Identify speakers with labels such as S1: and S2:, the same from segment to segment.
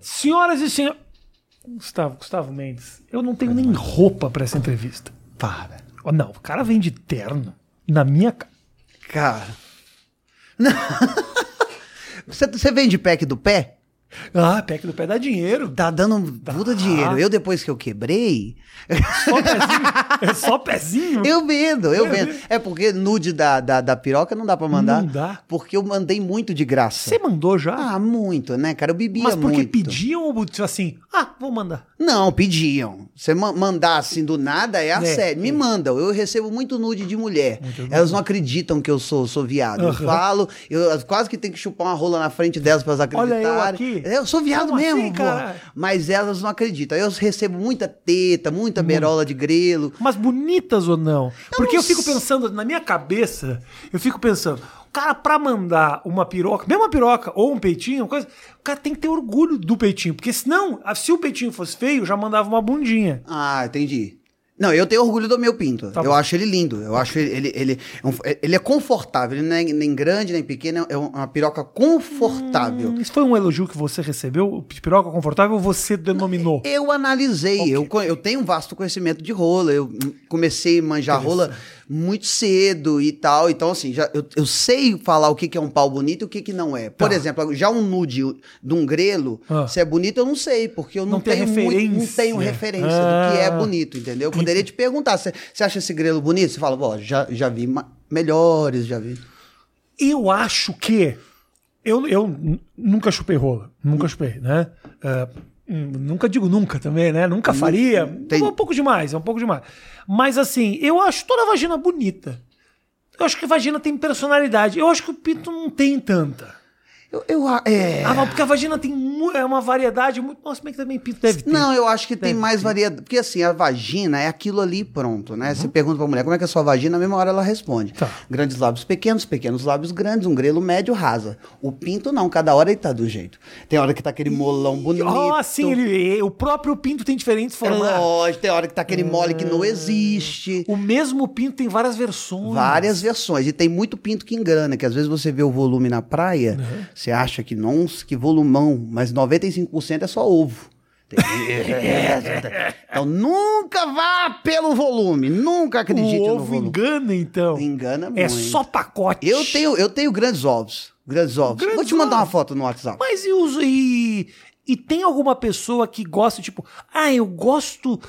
S1: Senhoras e senhores. Gustavo, Gustavo Mendes, eu não tenho nem roupa pra essa entrevista.
S2: Para.
S1: Ó, Não, o cara vem de terno na minha casa.
S2: Cara. Não. Você, você vende pack do pé?
S1: Ah, pack do pé dá dinheiro.
S2: Tá dando um puta dinheiro. Eu, depois que eu quebrei,
S1: Só pezinho. É só pezinho.
S2: eu vendo, eu vendo. É porque nude da, da, da piroca não dá pra mandar.
S1: Não dá.
S2: Porque eu mandei muito de graça.
S1: Você mandou já?
S2: Ah, muito, né, cara? Eu bebia
S1: Mas porque
S2: muito.
S1: pediam ou tipo assim, ah, vou mandar.
S2: Não, pediam. Você ma- mandar assim do nada é assédio. Me
S1: é.
S2: mandam. Eu recebo muito nude de mulher.
S1: Muito
S2: Elas não acreditam que eu sou, sou viado. Eu
S1: Aham.
S2: falo, eu quase que tenho que chupar uma rola na frente delas pra elas
S1: Olha
S2: acreditarem. É,
S1: eu aqui.
S2: Eu sou viado
S1: Como
S2: mesmo,
S1: assim,
S2: pô.
S1: cara?
S2: Mas elas não acreditam. Eu recebo muita teta, muita berola de grelo.
S1: Mas bonitas ou não? Porque
S2: não
S1: eu fico
S2: sei.
S1: pensando, na minha cabeça, eu fico pensando, o cara, pra mandar uma piroca, mesmo uma piroca ou um peitinho, uma coisa, o cara tem que ter orgulho do peitinho. Porque senão, a- se o peitinho fosse feio, já mandava uma bundinha.
S2: Ah, entendi. Não, eu tenho orgulho do meu pinto.
S1: Tá
S2: eu
S1: bom.
S2: acho ele lindo. Eu acho ele ele, ele, é um- ele é confortável. Ele não é nem grande, nem pequeno. É uma piroca confortável.
S1: Hum, Isso foi um elogio que você recebeu? De piroca confortável ou você denominou?
S2: Eu analisei,
S1: Ok.
S2: eu, co- eu tenho um vasto conhecimento de rola, eu hum, comecei a manjar rola muito cedo e tal, então assim, já, eu, eu sei falar o que, que é um pau bonito e o que, que não é. Por
S1: Tá.
S2: exemplo, já um nude de um grelo,
S1: Ah.
S2: se é bonito eu não sei, porque eu não,
S1: Não tem
S2: tenho muito- não
S1: referência.
S2: tenho referência do que
S1: Ah.
S2: é bonito, entendeu? Eu poderia te perguntar, você acha esse grelo bonito? Você fala, ó, já, já vi ma- melhores, já vi...
S1: Eu acho que. Eu, eu n- nunca chupei rola. Nunca chupei, né? Ah, hum, nunca digo nunca também, né? Nunca faria.
S2: tem-
S1: É um pouco demais, é um pouco demais. Mas assim, eu acho toda vagina bonita. Eu acho que vagina tem personalidade. Eu acho que o pinto não tem tanta.
S2: Eu, eu, a- é...
S1: Ah, mas porque a vagina tem mu- é uma variedade muito. Nossa, bem que também pinto deve ter.
S2: Não, eu acho que tem
S1: Deve
S2: mais variedade. Porque assim, a vagina é aquilo ali pronto, né? Você pergunta pra mulher como é que é a sua vagina, na mesma hora ela responde.
S1: Uhum. Tá.
S2: Grandes lábios pequenos, pequenos lábios grandes, um grelo médio rasa. O pinto não, cada hora ele tá do jeito. Tem hora que tá aquele molão bonito.
S1: Ah, sim, ele, o próprio pinto tem diferentes
S2: É
S1: formatos.
S2: lógico, tem hora que tá aquele mole que
S1: Ah.
S2: não existe.
S1: O mesmo pinto tem várias versões.
S2: Várias versões. E tem muito pinto que engana, que às vezes você vê o volume na praia, você acha que, nossa, que volumão, mas 95% é só ovo. Tem- então nunca vá pelo volume, nunca acredite
S1: O
S2: no
S1: ovo
S2: volume.
S1: engana, então.
S2: Engana
S1: É
S2: muito.
S1: só pacote.
S2: Eu tenho, eu tenho grandes ovos. Grandes ovos.
S1: Grandes
S2: Vou te mandar uma
S1: ovos.
S2: foto no WhatsApp.
S1: Mas e os. E, e tem alguma pessoa que gosta, tipo, ah, eu gosto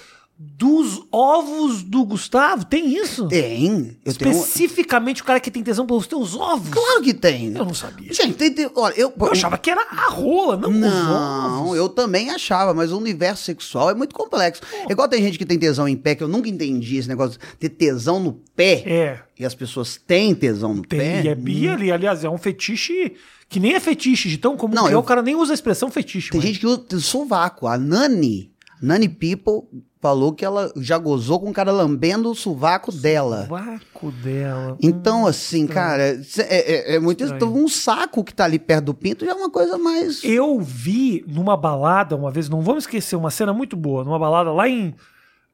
S1: dos ovos do Gustavo? Tem isso?
S2: Tem. Eu tenho. um-
S1: Especificamente o cara que tem tesão pelos teus ovos?
S2: Claro que tem.
S1: Eu não sabia.
S2: Gente, tem, tem- olha, eu,
S1: Eu achava que era a rola, não, os ovos.
S2: Não, eu também achava, mas o universo sexual é muito complexo. É igual tem gente que tem tesão em pé, que eu nunca entendi esse negócio de ter tesão no pé.
S1: É.
S2: E as pessoas têm tesão no
S1: Tem,
S2: pé. Hum. né?
S1: e é bi ali, aliás, é um fetiche que nem é fetiche de tão comum
S2: Não,
S1: que é,
S2: eu-
S1: o cara nem usa a expressão fetiche.
S2: Tem
S1: mas-
S2: gente que usa tem sovaco. A Nani, Nani People, falou que ela já gozou com o cara lambendo o sovaco dela.
S1: Vácuo dela. Hum.
S2: Então, assim, cara, é, é- é muito.
S1: Estranho.
S2: Um saco que tá ali perto do pinto já é uma coisa mais.
S1: Eu vi numa balada uma vez, não vamos esquecer, uma cena muito boa, numa balada lá em,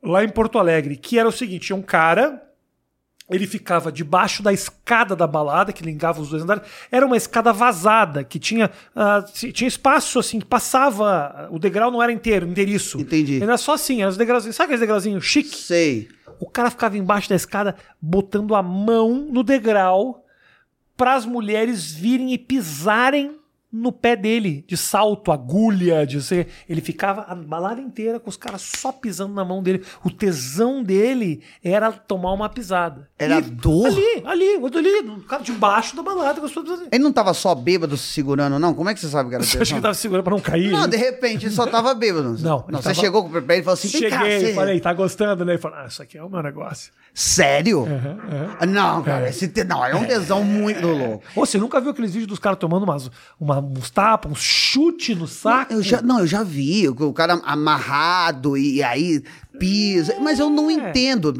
S1: lá em Porto Alegre, que era o seguinte: tinha um cara, ele ficava debaixo da escada da balada, que ligava os dois andares, era uma escada vazada, que tinha, ah, se- tinha espaço assim, que passava, o degrau não era inteiro, inteiriço.
S2: Entendi.
S1: Ele Era só assim, eram os degrauzinhos, sabe aqueles degrauzinhos chique?
S2: Sei.
S1: O cara ficava embaixo da escada botando a mão no degrau para as mulheres virem e pisarem no pé dele, de salto, agulha, de ser. Ele ficava a balada inteira com os caras só pisando na mão dele. O tesão dele era tomar uma pisada.
S2: Era
S1: E
S2: dor?
S1: Ali, ali, ali, o cara debaixo da balada com as pessoas.
S2: Ele não tava só bêbado se segurando, não? Como é que você sabe que era
S1: Você
S2: tesão?
S1: acha que tava segurando pra não cair?
S2: Não,
S1: né?
S2: de repente ele só tava bêbado.
S1: Não, ele
S2: você
S1: tava-
S2: chegou com o Pepe e falou assim: Vem
S1: Cheguei,
S2: cá, você...
S1: falei, tá gostando, né? Ele falou, ah, isso aqui é o meu negócio.
S2: Sério?
S1: aham.
S2: Ah, Não, cara, esse te... não, é um tesão muito louco.
S1: Ô, você nunca viu aqueles vídeos dos caras tomando umas, uma- uns tapas, uns chute no saco?
S2: Eu já, não, eu já vi o o cara amarrado e aí pisa. Mas eu
S1: É.
S2: não entendo.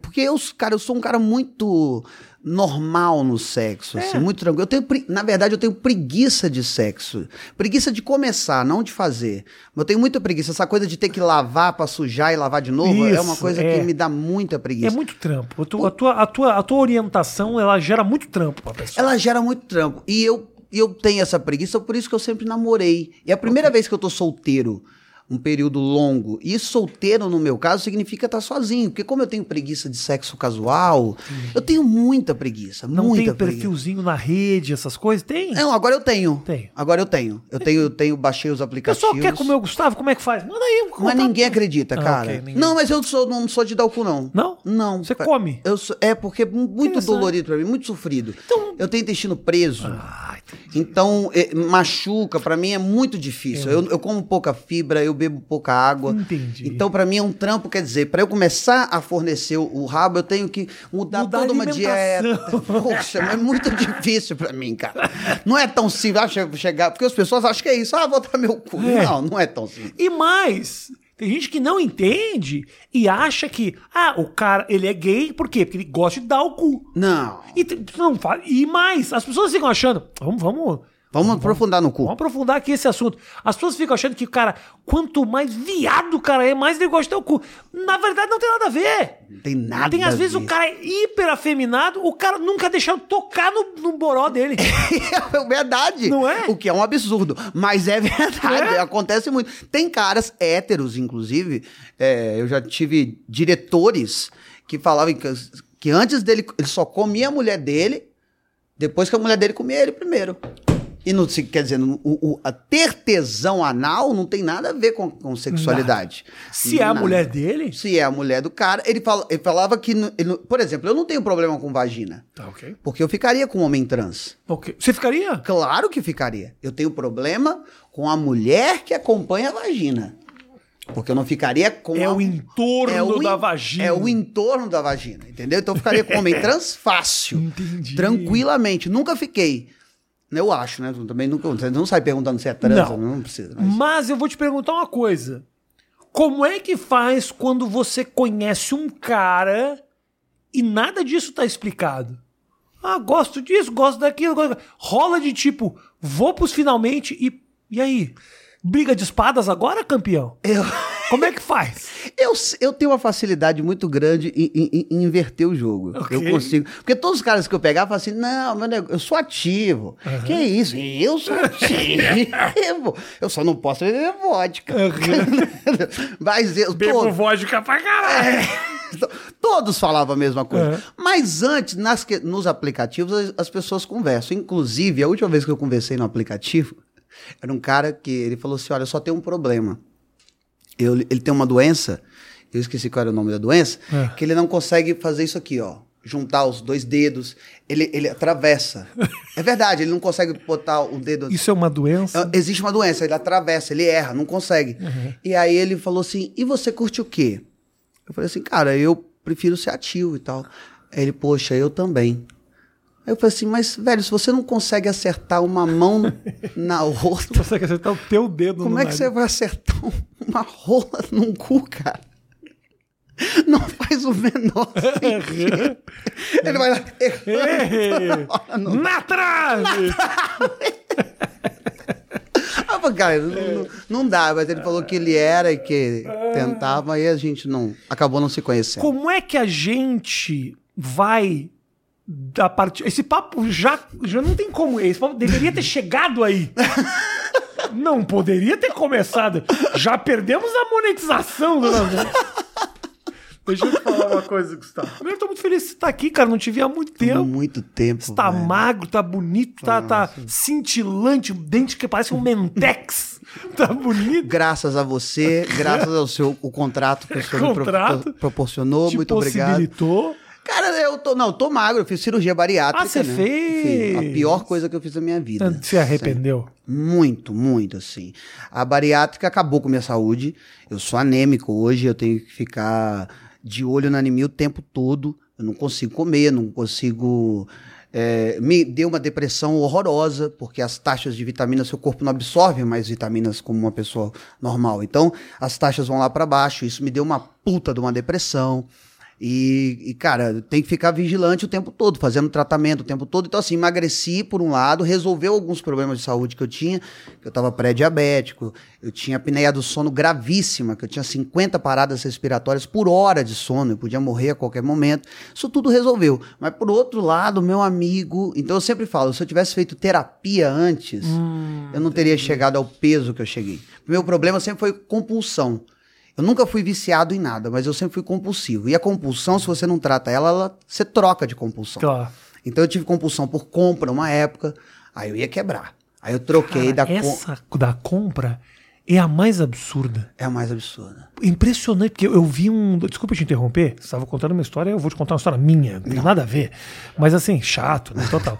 S2: Porque eu, cara, eu sou um cara muito normal no sexo,
S1: É.
S2: assim, muito tranquilo. Eu tenho, pre- na verdade, eu tenho preguiça de sexo. Preguiça de começar, não de fazer. Eu tenho muita preguiça. Essa coisa de ter que lavar pra sujar e lavar de novo é uma
S1: Isso,
S2: coisa
S1: é.
S2: que me dá muita preguiça.
S1: É muito trampo. A tua, a tua, a tua, a tua orientação, ela gera muito trampo pra pessoa.
S2: Ela gera muito trampo. E eu e eu tenho essa preguiça, por isso que eu sempre namorei. E é a primeira vez que eu tô solteiro, um período longo. E solteiro, no meu caso, significa estar sozinho. Porque como eu tenho preguiça de sexo casual, eu tenho muita preguiça.
S1: Não
S2: é muita
S1: tem
S2: É preguiça.
S1: perfilzinho na rede, essas coisas? Tem?
S2: Não, agora eu tenho.
S1: Tem.
S2: Agora eu tenho. Eu tenho, eu tenho, baixei os
S1: O
S2: aplicativos.
S1: pessoal quer comer o Gustavo? Como é que faz? Manda aí. um
S2: Mas
S1: contato.
S2: ninguém acredita,
S1: Ah,
S2: cara.
S1: ok, ninguém.
S2: Não, mas eu sou, não sou de dar o cu, não.
S1: Não?
S2: Não.
S1: Você
S2: Pa-
S1: come?
S2: Eu sou- é porque é muito
S1: Interessante.
S2: dolorido pra mim, muito sofrido.
S1: Então-
S2: eu tenho intestino preso.
S1: Ai,
S2: Então, é, machuca, pra mim é muito difícil. Eu, eu como pouca fibra, eu bebo pouca água.
S1: Entendi.
S2: Então, pra mim é um trampo, quer dizer, pra eu começar a fornecer o, o rabo, eu tenho que mudar,
S1: Mudar a
S2: toda uma
S1: alimentação.
S2: dieta. Poxa, mas é muito difícil pra mim, cara. Não é tão simples. Ah, che- chegar, porque as pessoas acham que é isso. Ah, vou dar meu cu.
S1: É.
S2: Não, não é tão simples.
S1: E mais, tem gente que não entende e acha que, ah, o cara, ele é gay, por quê? Porque ele gosta de dar o cu.
S2: Não.
S1: E, tem- não, fa- e mais, as pessoas ficam achando, vamos, vamos,
S2: Vamos aprofundar no
S1: vamos
S2: cu.
S1: aprofundar aqui esse assunto. As pessoas ficam achando que, cara, quanto mais viado o cara é, mais ele gosta de dar o cu. Na verdade, não tem nada a ver.
S2: Não tem nada.
S1: Tem, às
S2: a
S1: vezes,
S2: ver.
S1: o cara é hiper afeminado, o cara nunca deixou tocar no, no boró dele.
S2: É verdade.
S1: Não é?
S2: O que é um absurdo. Mas é verdade.
S1: É?
S2: Acontece muito. Tem caras héteros, inclusive. é, eu já tive diretores que falavam que, que antes dele. Ele só comia a mulher dele, depois que a mulher dele comia ele primeiro. E não se- quer dizer, o, o- a ter tesão anal não tem nada a ver com, com sexualidade.
S1: Se é a
S2: Nada.
S1: mulher dele...
S2: Se é a mulher do cara, ele, fala- ele falava que. não- ele não- por exemplo, eu não tenho problema com vagina.
S1: Tá, ok.
S2: Porque eu ficaria com um homem trans.
S1: Ok. Você ficaria?
S2: Claro que ficaria. Eu tenho problema com a mulher que acompanha a vagina. Porque eu não ficaria com
S1: É
S2: a-
S1: o entorno
S2: um- o
S1: da
S2: en-
S1: vagina.
S2: É o entorno da vagina, entendeu? Então eu ficaria com homem trans fácil.
S1: Entendi.
S2: Tranquilamente. Nunca fiquei. Eu acho, né? Também nunca, você não sai perguntando se é trans,
S1: Não. Hum.
S2: não, não precisa. mas-
S1: Mas eu vou te perguntar uma coisa. Como é que faz quando você conhece um cara e nada disso tá explicado? Ah, gosto disso, gosto daquilo. gosto da- Rola de tipo, vou pros finalmente e. E aí? Briga de espadas agora, campeão?
S2: Eu,
S1: Como é que faz?
S2: eu, eu tenho uma facilidade muito grande em, em- em inverter o jogo.
S1: Ok.
S2: Eu consigo. Porque todos os caras que eu pegava falam assim: não, meu nego- eu sou ativo. Que isso? Eu sou ativo. eu só não posso beber vodka. Mas eu. todo-
S1: vodka pra caralho.
S2: To- Então, Todos falavam a mesma coisa.
S1: É.
S2: Mas antes, nas que- nos aplicativos, as, as pessoas conversam. Inclusive, a última vez que eu conversei no aplicativo, era um cara que ele falou assim: olha, eu só tem um problema. Eu- ele tem uma doença, eu esqueci qual era o nome da doença,
S1: É.
S2: que ele não consegue fazer isso aqui, ó. Juntar os dois dedos, ele, ele atravessa. é verdade, ele não consegue botar o dedo.
S1: Isso é uma doença?
S2: Ah, Existe uma doença, ele atravessa, ele erra, não consegue. E aí ele falou assim: e você curte o quê? Eu falei assim, cara, eu prefiro ser ativo e tal. Aí ele, poxa, eu também. Aí eu falei assim, mas, velho, se você não consegue acertar uma mão na outra,
S1: Você quer acertar o teu dedo
S2: como
S1: no
S2: é que
S1: nariz.
S2: você vai acertar um, uma rola num cu, cara? Não faz o menor sentido. Ele vai lá.
S1: Ei, Na trave!
S2: Ah, mas, cara, não,
S1: É.
S2: não- não dá, mas ele falou que ele era e que tentava, e a gente não acabou não se conhecendo.
S1: Como é que a gente vai da parte esse papo já já não tem como esse papo deveria ter chegado aí não poderia ter começado já perdemos a monetização do negócio. deixa eu te falar uma coisa Gustavo Primeiro, eu tô muito feliz de você estar aqui cara não te vi há muito
S2: Há
S1: tempo
S2: muito tempo. né?
S1: você tá
S2: velho.
S1: magro tá bonito tá, tá cintilante o dente que parece um mentex tá bonito
S2: Graças a você, graças ao seu o contrato que o senhor me pro-
S1: Contrato.
S2: proporcionou,
S1: te
S2: muito obrigado.
S1: possibilitou
S2: Cara, eu tô, não, eu tô magro, eu fiz cirurgia bariátrica.
S1: Ah, você
S2: né?
S1: fez?
S2: Fiz A pior coisa que eu fiz na minha vida.
S1: se arrependeu
S2: Muito, muito, assim. A bariátrica acabou com minha saúde. Eu sou anêmico hoje, eu tenho que ficar de olho na anemia o tempo todo. Eu não consigo comer, não consigo. é, me deu uma depressão horrorosa, porque as taxas de vitamina, seu corpo não absorve mais vitaminas como uma pessoa normal. Então, as taxas vão lá pra baixo. Isso me deu uma puta de uma depressão. E, e, cara, tem que ficar vigilante o tempo todo, fazendo tratamento o tempo todo. Então, assim, emagreci por um lado, resolveu alguns problemas de saúde que eu tinha, que eu tava pré-diabético, eu tinha apneia do sono gravíssima, que eu tinha 50 paradas respiratórias por hora de sono, eu podia morrer a qualquer momento. Isso tudo resolveu. Mas, por outro lado, meu amigo. Então, eu sempre falo, se eu tivesse feito terapia antes,
S1: Hum,
S2: eu não teria chegado ao peso que eu cheguei. Meu problema sempre foi compulsão. Eu nunca fui viciado em nada, mas eu sempre fui compulsivo. E a compulsão, se você não trata ela, ela você troca de compulsão.
S1: Claro.
S2: Então eu tive compulsão por compra uma época, aí eu ia quebrar. Aí eu troquei
S1: Cara,
S2: da com...
S1: essa da compra é a mais absurda.
S2: É a mais absurda.
S1: Impressionante, porque eu, eu vi um. Desculpa te interromper, você estava contando uma história, eu vou te contar uma história minha, não tem nada a ver. Mas assim, chato, né? Total.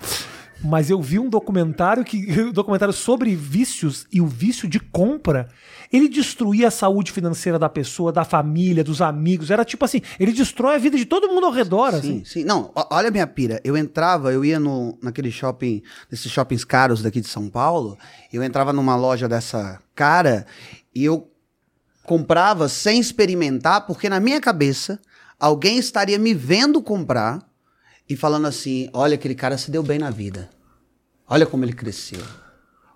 S1: Mas eu vi um documentário que um documentário sobre vícios e o vício de compra. Ele destruía a saúde financeira da pessoa, da família, dos amigos. Era tipo assim, ele destrói a vida de todo mundo ao redor. assim.
S2: Sim, sim. Não, o- olha a minha pira. Eu entrava, eu ia no, naquele shopping, nesses shoppings caros daqui de São Paulo, eu entrava numa loja dessa cara e eu comprava sem experimentar, porque na minha cabeça alguém estaria me vendo comprar e falando assim: olha, aquele cara se deu bem na vida. Olha como ele cresceu.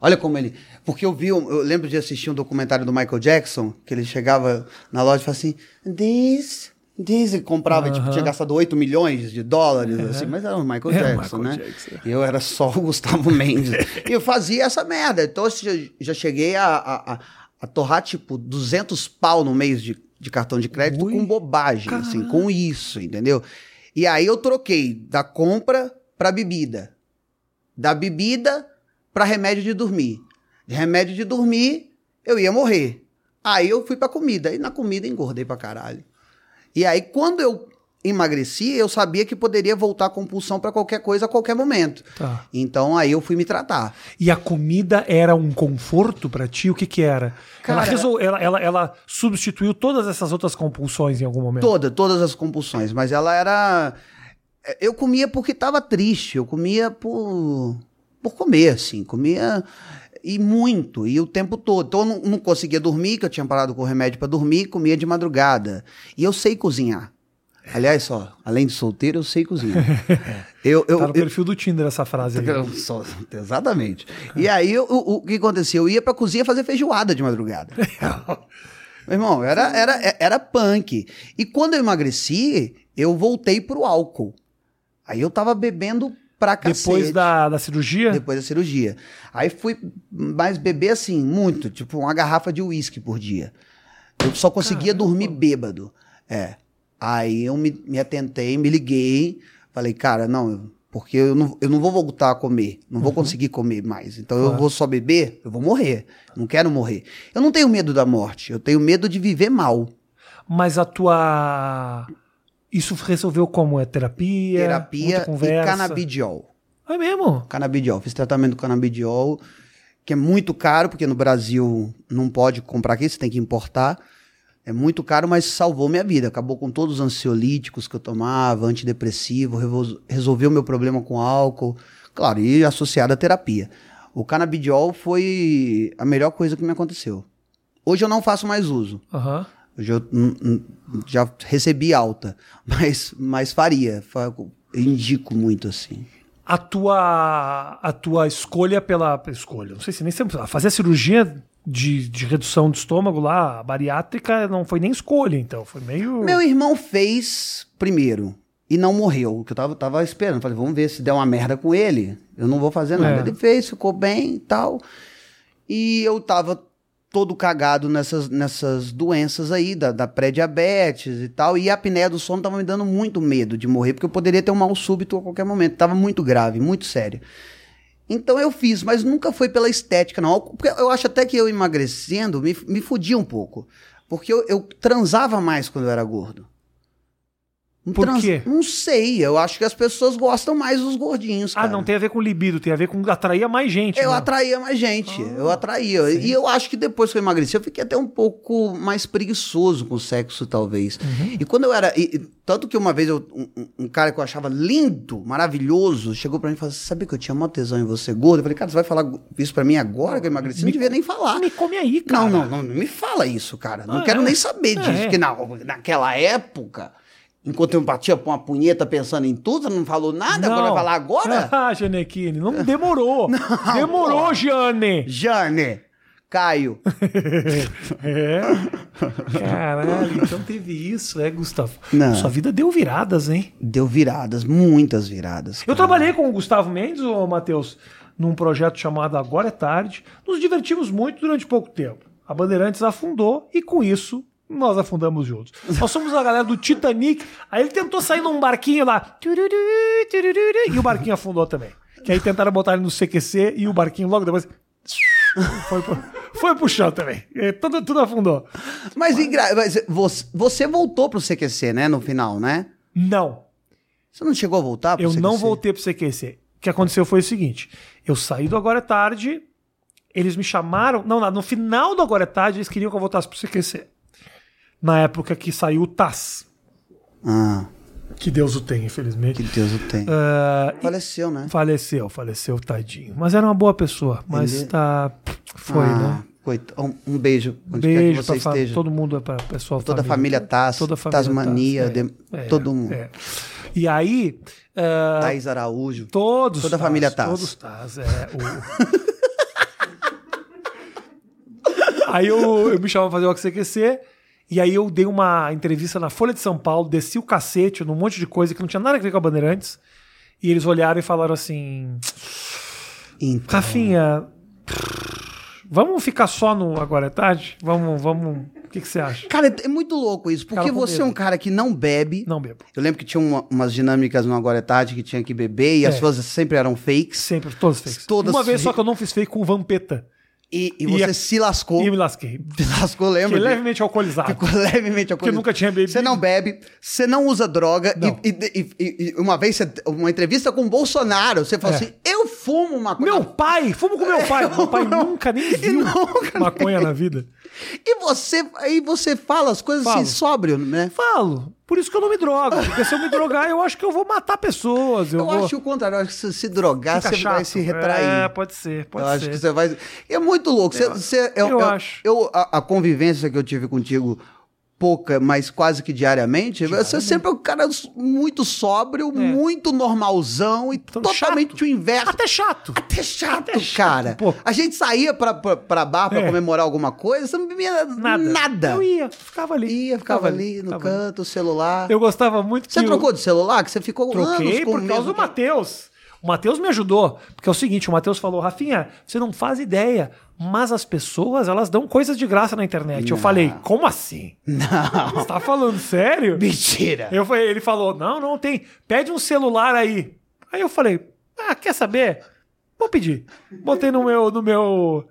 S2: Olha como ele. Porque eu vi, um- eu lembro de assistir um documentário do Michael Jackson, que ele chegava na loja e falava assim: This, this, e comprava, e, tipo,
S1: Aham.
S2: tinha gastado 8 milhões de dólares, assim, mas era o Michael
S1: Era o
S2: Jackson,
S1: Michael
S2: né?
S1: Jackson.
S2: E Eu era só o Gustavo Mendes. e eu fazia essa merda. Então eu já- já cheguei a, a, a- a torrar, tipo, 200 pau no mês de, de cartão de crédito
S1: Ui.
S2: com bobagem, assim, com isso, entendeu? E aí eu troquei da compra pra bebida. Da bebida pra remédio de dormir. De remédio de dormir, eu ia morrer. Aí eu fui pra comida. E na comida engordei pra caralho. E aí, quando eu emagreci, eu sabia que poderia voltar a compulsão pra qualquer coisa a qualquer momento.
S1: Tá.
S2: Então aí eu fui me tratar.
S1: E a comida era um conforto pra ti? O que que era? ela,
S2: Cara-
S1: resol... ela, ela, ela substituiu todas essas outras compulsões em algum momento?
S2: Toda, todas as compulsões, mas ela era. eh, Eu comia porque tava triste, eu comia por, por comer, assim, comia e muito, e o tempo todo. Então eu não, não conseguia dormir, que eu tinha parado com o remédio pra dormir, comia de madrugada. E eu sei cozinhar. Aliás, só, além de solteiro, eu sei cozinhar. Eu, eu,
S1: tá no
S2: eu-
S1: perfil do Tinder essa frase aí.
S2: Eu Tá só- exatamente. E aí, o, o- o que aconteceu? Eu ia pra cozinha fazer feijoada de madrugada. Meu irmão, era, era, era punk. E quando eu emagreci, eu voltei pro álcool. Aí eu tava bebendo pra cacete.
S1: Depois da, da cirurgia?
S2: Depois da cirurgia. Aí fui mais beber assim, muito. Tipo, uma garrafa de uísque por dia. Eu só conseguia dormir bêbado. É. Aí eu me, me atentei, me liguei. Falei, cara, não, eu- porque eu não, eu não vou voltar a comer. Não vou conseguir comer mais. Então eu
S1: Uhum. Claro.
S2: vou só beber, eu vou morrer. Não quero morrer. Eu não tenho medo da morte. Eu tenho medo de viver mal.
S1: Mas a tua. Isso resolveu como? É terapia?
S2: Terapia
S1: muita conversa?
S2: e canabidiol.
S1: É mesmo?
S2: canabidiol. Fiz tratamento com canabidiol, que é muito caro, porque no Brasil não pode comprar aqui, você tem que importar. É muito caro, mas salvou minha vida. Acabou com todos os ansiolíticos que eu tomava, antidepressivo, revo- resolveu meu problema com álcool. Claro, e associado à terapia. O canabidiol foi a melhor coisa que me aconteceu. Hoje eu não faço mais uso.
S1: Aham.
S2: Hoje eu hum, hum, já recebi alta, mas, mas faria. Fa- Indico muito assim.
S1: A tua, a tua escolha pela. Escolha, não sei se nem sempre. Fazer a cirurgia de, de redução de estômago lá, a bariátrica, não foi nem escolha, então. Foi meio.
S2: Meu irmão fez primeiro e não morreu, o que eu tava, tava esperando. Falei, vamos ver se der uma merda com ele. Eu não vou fazer
S1: É.
S2: nada. Ele fez, ficou bem e tal. E eu tava todo cagado nessas, nessas doenças aí, da, da pré-diabetes e tal. E a apneia do sono tava me dando muito medo de morrer, porque eu poderia ter um mal súbito a qualquer momento. Tava muito grave, muito sério. Então eu fiz, mas nunca foi pela estética, não. Porque eu acho até que eu emagrecendo me, me fudia um pouco. Porque eu, eu transava mais quando eu era gordo. Um
S1: Por quê?
S2: Não sei, eu acho que as pessoas gostam mais dos gordinhos,
S1: Ah,
S2: cara.
S1: não tem a ver com libido, tem a ver com atrair mais gente.
S2: Eu
S1: né?
S2: atraía mais gente,
S1: Ah,
S2: eu atraía.
S1: sim.
S2: E eu acho que depois que eu emagreci, eu fiquei até um pouco mais preguiçoso com o sexo, talvez.
S1: Uhum.
S2: E quando eu era. e- e tanto que uma vez eu- um, um- um cara que eu achava lindo, maravilhoso, chegou pra mim e falou: assim, Sabia que eu tinha mó tesão em você, gordo? Eu falei: Cara, você vai falar isso pra mim agora que eu emagreci? Não
S1: Me-
S2: devia nem falar.
S1: Me come aí, cara.
S2: Não, não, não, não me fala isso, cara. Não
S1: Ah,
S2: quero
S1: é?
S2: nem
S1: É,
S2: saber disso.
S1: é.
S2: Porque na, naquela época, Enquanto eu batia pra uma punheta pensando em tudo, você não falou nada? Agora vai falar agora?
S1: Ah, Janequine, não demorou. demorou, Jane.
S2: Jane, Caio.
S1: É. Caralho, então teve isso, é, Gustavo?
S2: Não.
S1: Sua vida deu viradas, hein?
S2: Deu viradas, muitas viradas.
S1: Eu
S2: cara.
S1: trabalhei com o Gustavo Mendes, ô Matheus, num projeto chamado Agora é Tarde. Nos divertimos muito durante pouco tempo. A Bandeirantes afundou e com isso nós afundamos juntos. Nós somos a galera do Titanic. Aí ele tentou sair num barquinho lá. tururu, tururu, E o barquinho afundou também. Que aí tentaram botar ele no CQC e o barquinho logo depois foi pro, foi pro chão também. É, Tudo, tudo afundou.
S2: Mas, engra- mas você, você voltou pro CQC, né? No final, né?
S1: Não,
S2: Você não chegou a voltar pro
S1: Eu
S2: CQC?
S1: não voltei pro CQC. O que aconteceu foi o seguinte: eu saí do Agora é Tarde, eles me chamaram. Não, não, no final do Agora é Tarde, eles queriam que eu voltasse pro CQC. Na época que saiu o TAS.
S2: Ah,
S1: Que Deus o tenha, infelizmente.
S2: que Deus o tenha.
S1: Ah, e-
S2: Faleceu, né?
S1: faleceu, faleceu, tadinho. Mas era uma boa pessoa. Mas
S2: Ele-
S1: tá. Foi,
S2: ah,
S1: né?
S2: coita- Um, um beijo, onde quer
S1: Beijo
S2: que você
S1: pra fa-
S2: esteja.
S1: todo mundo, é pra pessoal.
S2: Toda a família Taz,
S1: toda a família
S2: Tasmania,
S1: Taz,
S2: de- todo mundo.
S1: é. E aí. ah,
S2: Thaís Araújo.
S1: Todos.
S2: Toda a
S1: Taz,
S2: família Taz.
S1: Todos Taz, é. o- aí eu, eu me chamava pra fazer o AQCQC. E aí eu dei uma entrevista na Folha de São Paulo, desci o cacete num monte de coisa que não tinha nada a ver com a Bandeirantes. E eles olharam e falaram assim:
S2: Então,
S1: Rafinha, vamos ficar só no Agora é Tarde? Vamos, vamos. O que, que você acha?
S2: Cara, é muito louco isso, porque
S1: Cara com
S2: você é
S1: medo.
S2: um cara que não bebe.
S1: Não bebo.
S2: Eu lembro que tinha uma- umas dinâmicas no Agora é Tarde que tinha que beber e as
S1: É.
S2: suas sempre eram fakes.
S1: Sempre, todas fakes.
S2: Todas
S1: uma vez
S2: fi-
S1: só que eu não fiz fake com o Vampeta.
S2: E, e
S1: E
S2: você
S1: a-
S2: se lascou.
S1: E eu me lasquei.
S2: Se lascou, lembra?
S1: Fiquei
S2: disso?
S1: levemente alcoolizado.
S2: Ficou levemente
S1: Porque eu nunca tinha bebido.
S2: Você não bebe, você não usa droga. e-
S1: Não.
S2: E, e- e- e uma vez, você- uma entrevista com o Bolsonaro, você falou
S1: É.
S2: assim: eu fumo uma coisa.
S1: Meu pai, fumo com meu pai. Meu pai nunca nem viu
S2: nunca
S1: maconha na vida.
S2: E você, aí você fala as coisas assim,
S1: Falo.
S2: sóbrio, né?
S1: Falo, por isso que eu não me drogo. Porque se eu me drogar, eu acho que eu vou matar pessoas. Eu,
S2: Eu
S1: vou...
S2: acho o contrário, eu acho que se se drogar,
S1: Fica
S2: você vai
S1: chato.
S2: se retrair.
S1: É, pode ser, pode
S2: eu
S1: ser.
S2: acho que você vai. É muito louco. Você- você- eu,
S1: eu
S2: eu-
S1: acho.
S2: eu- a, a convivência que eu tive contigo, pouca, mas quase que diariamente, você sempre é um cara muito sóbrio, muito normalzão e
S1: É. Então,
S2: é totalmente
S1: chato.
S2: o inverso.
S1: Até chato.
S2: Até Tá chato, cara.
S1: Tá pô.
S2: A gente saía pra, pra, pra bar pra
S1: É.
S2: comemorar alguma coisa, você não bebia nada.
S1: Nada. Eu ia, ficava ali.
S2: Ia, ficava ali no
S1: ficava
S2: canto, o celular.
S1: Eu gostava muito
S2: Você
S1: que o-
S2: trocou de celular? Que você ficou anos
S1: Troquei
S2: com o
S1: por causa
S2: mesmo
S1: do Matheus. O Matheus me ajudou. Porque é o seguinte, o Matheus falou, Rafinha, você não faz ideia, mas as pessoas, elas dão coisas de graça na internet. Eu falei, como assim? Não. Você tá falando sério?
S2: Mentira.
S1: Eu falei, ele falou: não, não tem. Pede um celular aí. Aí eu falei: ah, quer saber? Vou pedir. Botei no meu, no meu,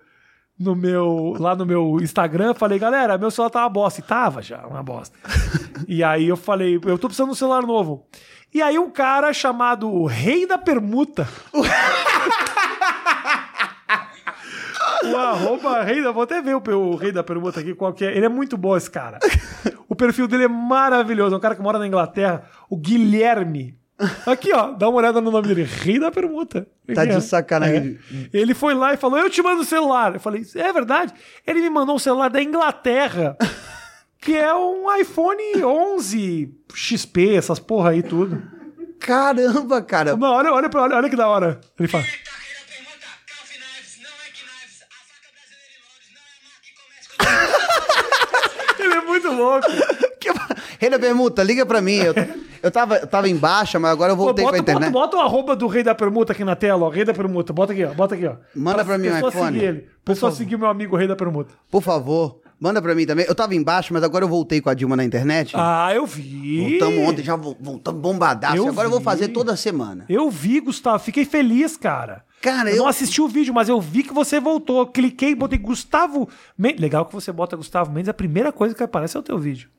S1: no meu, lá no meu Instagram, falei, galera, meu celular tá uma bosta. E tava já, uma bosta. e aí eu falei, eu tô precisando de um celular novo. E aí um cara chamado o Rei da Permuta. O arroba rei da. Vou até ver o, pe- o rei da permuta aqui, qual que é. Ele é muito bom, esse cara. O perfil dele é maravilhoso. É um cara que mora na Inglaterra, o Guilherme. Aqui, ó, dá uma olhada no nome dele. Rei da permuta.
S2: Tá de
S1: É.
S2: sacanagem.
S1: É. Ele foi lá e falou: Eu te mando o celular. Eu falei: É verdade? Ele me mandou um celular da Inglaterra, que é um iPhone 11 XP, essas porra aí tudo.
S2: Caramba, cara.
S1: Não, olha, olha, pra- olha, olha que da hora. Ele fala.
S3: Eita, rei da pergunta, Calf Knives, não é que Knives, a faca brasileira em Londres não é a marca que começa
S1: Ele é muito louco.
S3: com
S2: Que... Rei da Permuta, liga pra mim. Eu, eu, tava, eu tava em baixa, mas agora eu
S1: Pô,
S2: voltei
S1: bota,
S2: pra internet.
S1: bota, bota o arroba do rei da permuta aqui na tela, ó. Rei da permuta. Bota aqui, ó. Bota aqui, ó.
S2: Manda pra mim o
S1: pessoa
S2: iPhone.
S1: Seguir ele. Pessoal seguir o meu amigo rei da permuta.
S2: Por favor, manda pra mim também. Eu tava em baixa, mas agora eu voltei com a Dilma na internet.
S1: Ah, eu vi.
S2: Voltamos ontem, já vol- voltamos bombadaço.
S1: Eu
S2: agora eu vou
S1: vi.
S2: fazer toda semana.
S1: Eu vi, Gustavo. Fiquei feliz, cara.
S2: Cara,
S1: eu,
S2: eu-
S1: não assisti o vídeo, mas eu vi que você voltou. Eu cliquei, botei Gustavo Mendes. Legal que você bota Gustavo Mendes, a primeira coisa que aparece é o teu vídeo.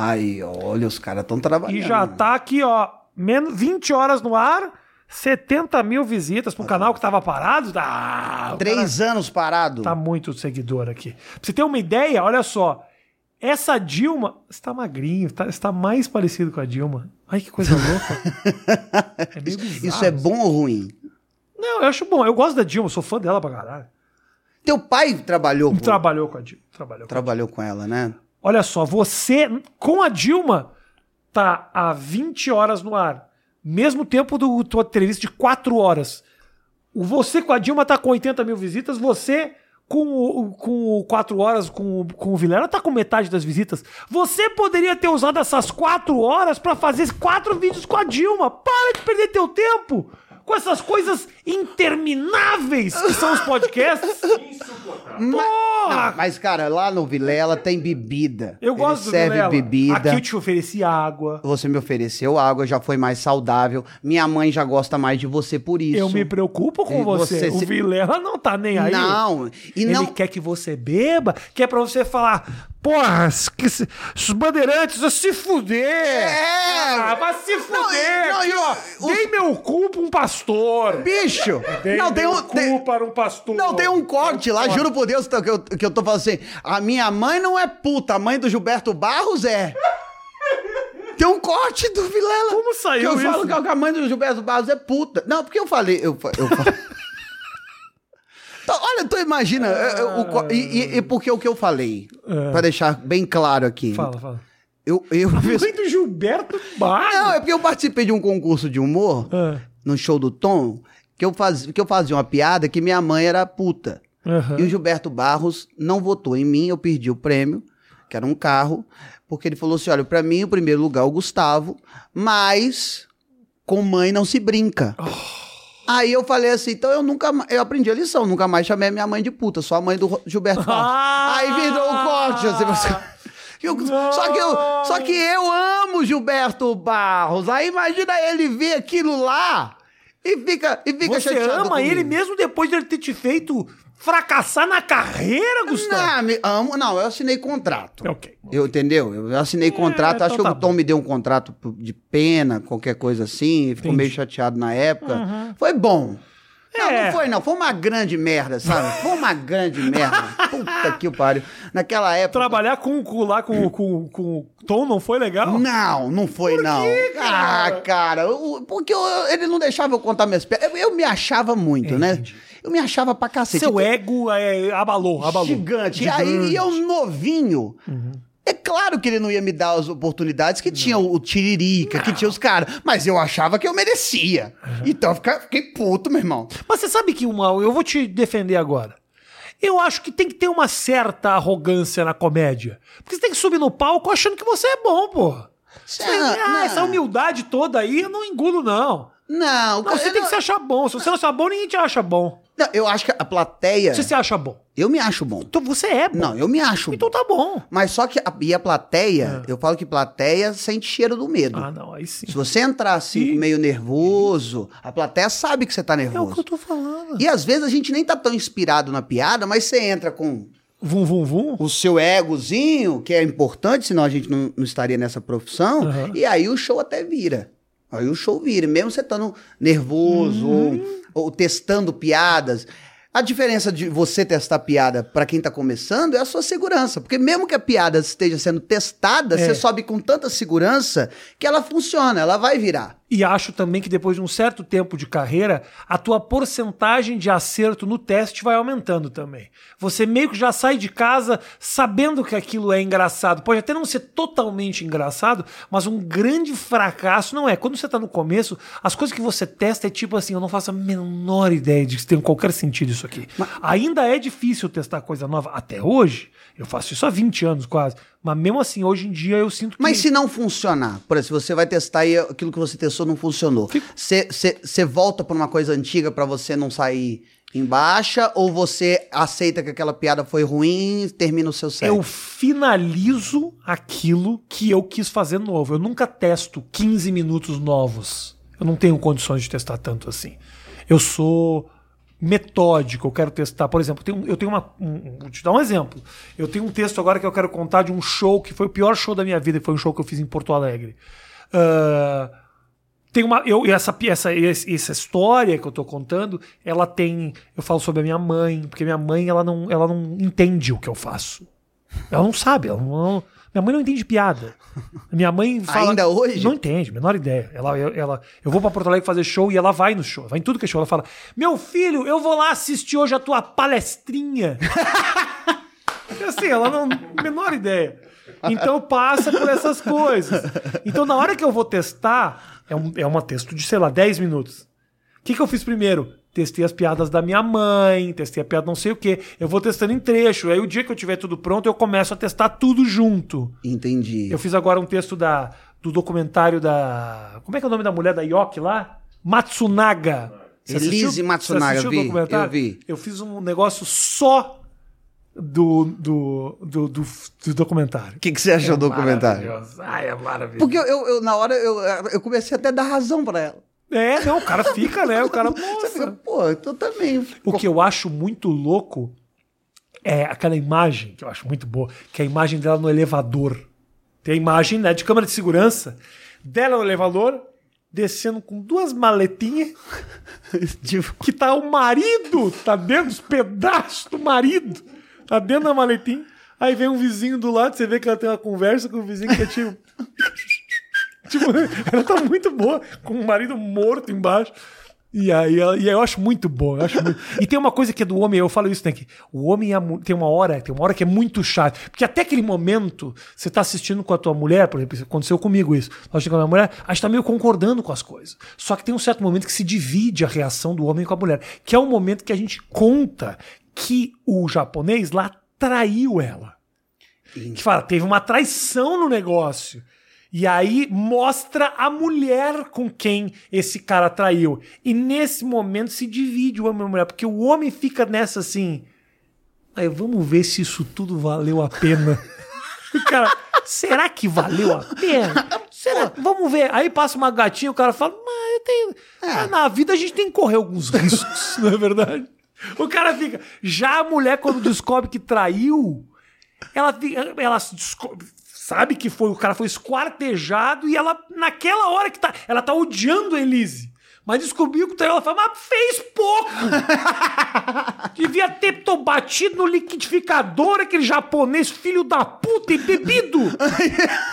S2: Aí, olha, os caras tão
S1: E
S2: trabalhando.
S1: já tá aqui, ó, menos 20 horas no ar, 70 mil visitas pro canal que tava parado. Ah, o cara
S2: Três anos parado.
S1: Tá muito seguidor aqui. Pra você ter uma ideia, olha só. Essa Dilma está magrinho, tá, está mais parecido com a Dilma. Ai, que coisa louca. É meio bizarro. assim.
S2: Isso é bom ou ruim?
S1: Não, eu acho bom. Eu gosto da Dilma, sou fã dela pra caralho.
S2: Teu pai
S1: Um
S2: trabalhou com,
S1: Trabalhou com a Dilma. Trabalhou. com-
S2: trabalhou com ela, né?
S1: Olha só, você com a Dilma tá há 20 horas no ar. Mesmo tempo do tua entrevista de 4 horas. O Você com a Dilma tá com 80 mil visitas, você com o, com o 4 horas com, o- com o Vilela tá com metade das visitas. Você poderia ter usado essas 4 horas pra fazer quatro vídeos com a Dilma. Para de perder teu tempo com essas coisas intermináveis que são os podcasts. Porra,
S2: Não, mas, cara, lá no Vilela tem bebida.
S1: eu
S2: Ele
S1: gosto do
S2: serve
S1: Vilela.
S2: bebida.
S1: Aqui eu te ofereci água.
S2: Você me ofereceu água, já foi mais saudável. Minha mãe já gosta mais de você por isso.
S1: Eu me preocupo com
S2: E
S1: você.
S2: você
S1: O
S2: se-
S1: Vilela não tá nem aí.
S2: Não, e
S1: Ele
S2: não.
S1: quer que você beba, que é pra você falar, porra, es- que se- os bandeirantes vão se fuder.
S2: É.
S1: Ah, vai se
S2: Não,
S1: fuder.
S2: e- não,
S1: aqui,
S2: e
S1: ó,
S2: o-
S1: Dei meu cu pra um pastor.
S2: Bicho! não, tem um.
S1: cu
S2: tem-
S1: para um pastor.
S2: Não, tem um corte lá, juro por Deus que eu, que eu tô falando assim. A minha mãe não é puta, a mãe do Gilberto Barros é. Tem um corte do Vilela.
S1: Como saiu
S2: Que eu
S1: isso?
S2: falo que a mãe do Gilberto Barros é puta. Não, porque eu falei. Eu, fa- eu fa- Então, olha, tu imagina. eu- eu- o co- e, e- e porque o que eu falei, pra deixar bem claro aqui.
S1: É. Fala, fala.
S2: Eu, eu,
S1: Mãe do Gilberto Barros.
S2: não, é porque eu participei de um concurso de humor
S1: Ah,
S2: no show do Tom que eu, faz, que eu fazia uma piada que minha mãe era puta.
S1: aham.
S2: E o Gilberto Barros não votou em mim, eu perdi o prêmio, que era um carro, porque ele falou assim: olha, pra mim, o primeiro lugar é o Gustavo, mas com mãe não se brinca.
S1: Oh.
S2: Aí eu falei assim, então eu nunca ma- eu aprendi a lição, nunca mais chamei a minha mãe de puta, só a mãe do Ro- Gilberto Barros.
S1: Ah!
S2: Aí virou o corte, assim, você- Eu- só, que eu, só que eu amo Gilberto Barros. Aí imagina ele ver aquilo lá e fica, e fica
S1: Você
S2: chateado.
S1: ama
S2: comigo.
S1: ele mesmo depois de ele ter te feito fracassar na carreira, Gustavo?
S2: Não, Ah, me- amo. Não, eu assinei contrato.
S1: Ok.
S2: Eu, entendeu? Eu assinei contrato,
S1: É um
S2: acho
S1: então
S2: que
S1: tá
S2: o Tom me deu um contrato p- de pena, qualquer coisa assim, e ficou
S1: Entendi.
S2: meio chateado na época. Foi bom. Não,
S1: É.
S2: não foi não, foi uma grande merda, sabe? Foi uma grande merda. Puta que o pariu. Naquela época.
S1: Trabalhar com, com, lá com, com, com o Tom não foi legal?
S2: Não, não foi não.
S1: cara?
S2: Ah, cara, eu- porque eu- ele não deixava eu contar minhas piadas. Eu, eu me achava muito, né? Eu me achava pra cacete.
S1: Seu ego é, abalou, abalou.
S2: tipo- Gigante. E aí, e eu novinho. É claro que ele não ia me dar as oportunidades que tinha o o Tiririca, que tinha os caras. Mas eu achava que eu merecia. Então eu fica- fiquei puto, meu irmão.
S1: Mas você sabe que uma. Eu vou te defender agora. Eu acho que tem que ter uma certa arrogância na comédia. Porque você tem que subir no palco achando que você é bom, pô. Você tem que-
S2: Não,
S1: ah,
S2: não.
S1: essa humildade toda aí eu não engulo, não.
S2: Não,
S1: Não,
S2: eu,
S1: você tem que se achar bom. Se você não se achar bom, ninguém te acha bom.
S2: não, eu acho que a plateia.
S1: Você se acha bom.
S2: Eu me acho bom.
S1: Então você é bom.
S2: Não, eu me acho
S1: Então
S2: bom.
S1: tá bom.
S2: Mas só que. A, e a plateia, eu falo que plateia sente cheiro do medo.
S1: É. Ah, não, aí sim.
S2: Se você entrar assim,
S1: Ih.
S2: meio nervoso, a plateia sabe que você tá
S1: É o que eu
S2: nervoso.
S1: tô falando.
S2: E às vezes a gente nem tá tão inspirado na piada, mas você entra com
S1: Vum, vum, vum.
S2: um, o seu egozinho, que é importante, senão a gente não, não estaria nessa profissão,
S1: Aham.
S2: e aí o show até vira. Aí o show vira, mesmo você estando nervoso
S1: Uhum.
S2: ou, ou testando piadas. A diferença de você testar piada pra quem tá começando é a sua segurança. Porque mesmo que a piada esteja sendo testada,
S1: É.
S2: você sobe com tanta segurança que ela funciona, ela vai virar.
S1: E acho também que depois de um certo tempo de carreira, a tua porcentagem de acerto no teste vai aumentando também. Você meio que já sai de casa sabendo que aquilo é engraçado. Pode até não ser totalmente engraçado, mas um grande fracasso não é. Quando você tá no começo, as coisas que você testa é tipo assim, eu não faço a menor ideia de que tem qualquer sentido isso aqui. Ainda é difícil testar coisa nova até hoje. Eu faço isso há 20 anos quase, mas mesmo assim hoje em dia eu sinto que
S2: Mas se não funcionar, por exemplo, você vai testar e aquilo que você testou não funcionou. Você- Você você volta pra uma coisa antiga pra você não sair em baixa ou você aceita que aquela piada foi ruim e termina o seu set?
S1: Eu finalizo aquilo que eu quis fazer novo. Eu nunca testo 15 minutos novos. Eu não tenho condições de testar tanto assim. Eu sou metódico, eu quero testar. Por exemplo, tem um- eu tenho uma. um- um- vou te dar um exemplo. Eu tenho um texto agora que eu quero contar de um show que foi o pior show da minha vida, e foi um show que eu fiz em Porto Alegre. Ah, tem uma eu essa pi- essa esse- essa história que eu tô contando ela tem eu falo sobre a minha mãe porque minha mãe ela não ela não entende o que eu faço ela não sabe ela não- minha mãe não entende piada minha mãe fala,
S2: Ainda hoje?
S1: não entende menor ideia ela eu- ela eu vou pra Porto Alegre fazer show e ela vai no show vai em tudo que é show ela fala meu filho eu vou lá assistir hoje a tua palestrinha Assim, ela não. Menor ideia. Então passa por essas coisas. Então na hora que eu vou testar, é um é uma texto de, sei lá, 10 minutos. O que, que eu fiz primeiro? Testei as piadas da minha mãe, testei a piada não sei o quê. Eu vou testando em trecho. Aí o dia que eu tiver tudo pronto, eu começo a testar tudo junto.
S2: Entendi.
S1: Eu fiz agora um texto da, do documentário da. Como é que é o nome da mulher da Yoki lá? Matsunaga. Você
S2: Elise
S1: assistiu-
S2: Matsunaga,
S1: você assistiu o
S2: vi,
S1: documentário?
S2: eu vi.
S1: Eu fiz um negócio só do, do, do, do, do documentário.
S2: O que, que você achou do documentário?
S1: um Maravilhoso. Ai, é maravilhoso.
S2: Porque eu, eu- eu, na hora, eu, eu comecei até a dar razão pra ela.
S1: É, não, o cara fica, né? O cara.
S2: Você fica,
S1: Nossa.
S2: pô, então também.
S1: O que eu acho muito louco é aquela imagem, que eu acho muito boa, que é a imagem dela no elevador. Tem a imagem né, de câmera de segurança dela no elevador, descendo com duas maletinhas,
S2: Tipo,
S1: que tá o marido, tá dentro, os pedaços do marido, tá dentro da maletinha. Aí vem um vizinho do lado, você vê que ela tem uma conversa com o vizinho que é tipo. tipo, ela tá muito boa, com o marido morto embaixo. E aí, ela- e aí eu acho muito bom. eu acho muito- E tem uma coisa que é do homem, eu falo isso, né? Que o homem e a mu- tem uma hora, tem uma hora que é muito chato. Porque até aquele momento, você tá assistindo com a tua mulher, por exemplo, isso aconteceu comigo isso. Nós chegamos com a minha mulher, a gente tá meio concordando com as coisas. Só que tem um certo momento que se divide a reação do homem com a mulher, que é o momento que a gente conta que o japonês lá traiu ela que fala, teve uma traição no negócio. E aí mostra a mulher com quem esse cara traiu. E nesse momento se divide o homem e a mulher, porque o homem fica nessa assim. Aí vamos ver se isso tudo valeu a pena. o cara, será que valeu a pena? Será? Vamos ver. Aí passa uma gatinha, o cara fala, mas eu tenho. mas Na vida a gente tem que correr alguns riscos, É. não é verdade? O cara fica. Já a mulher, quando descobre que traiu, ela, fi- ela se desco- sabe que foi o cara foi esquartejado e ela, naquela hora que tá. Ela tá odiando a Elise. Mas descobriu que traiu, ela fala, mas fez pouco! Devia ter to- batido no liquidificador aquele japonês filho da puta e bebido!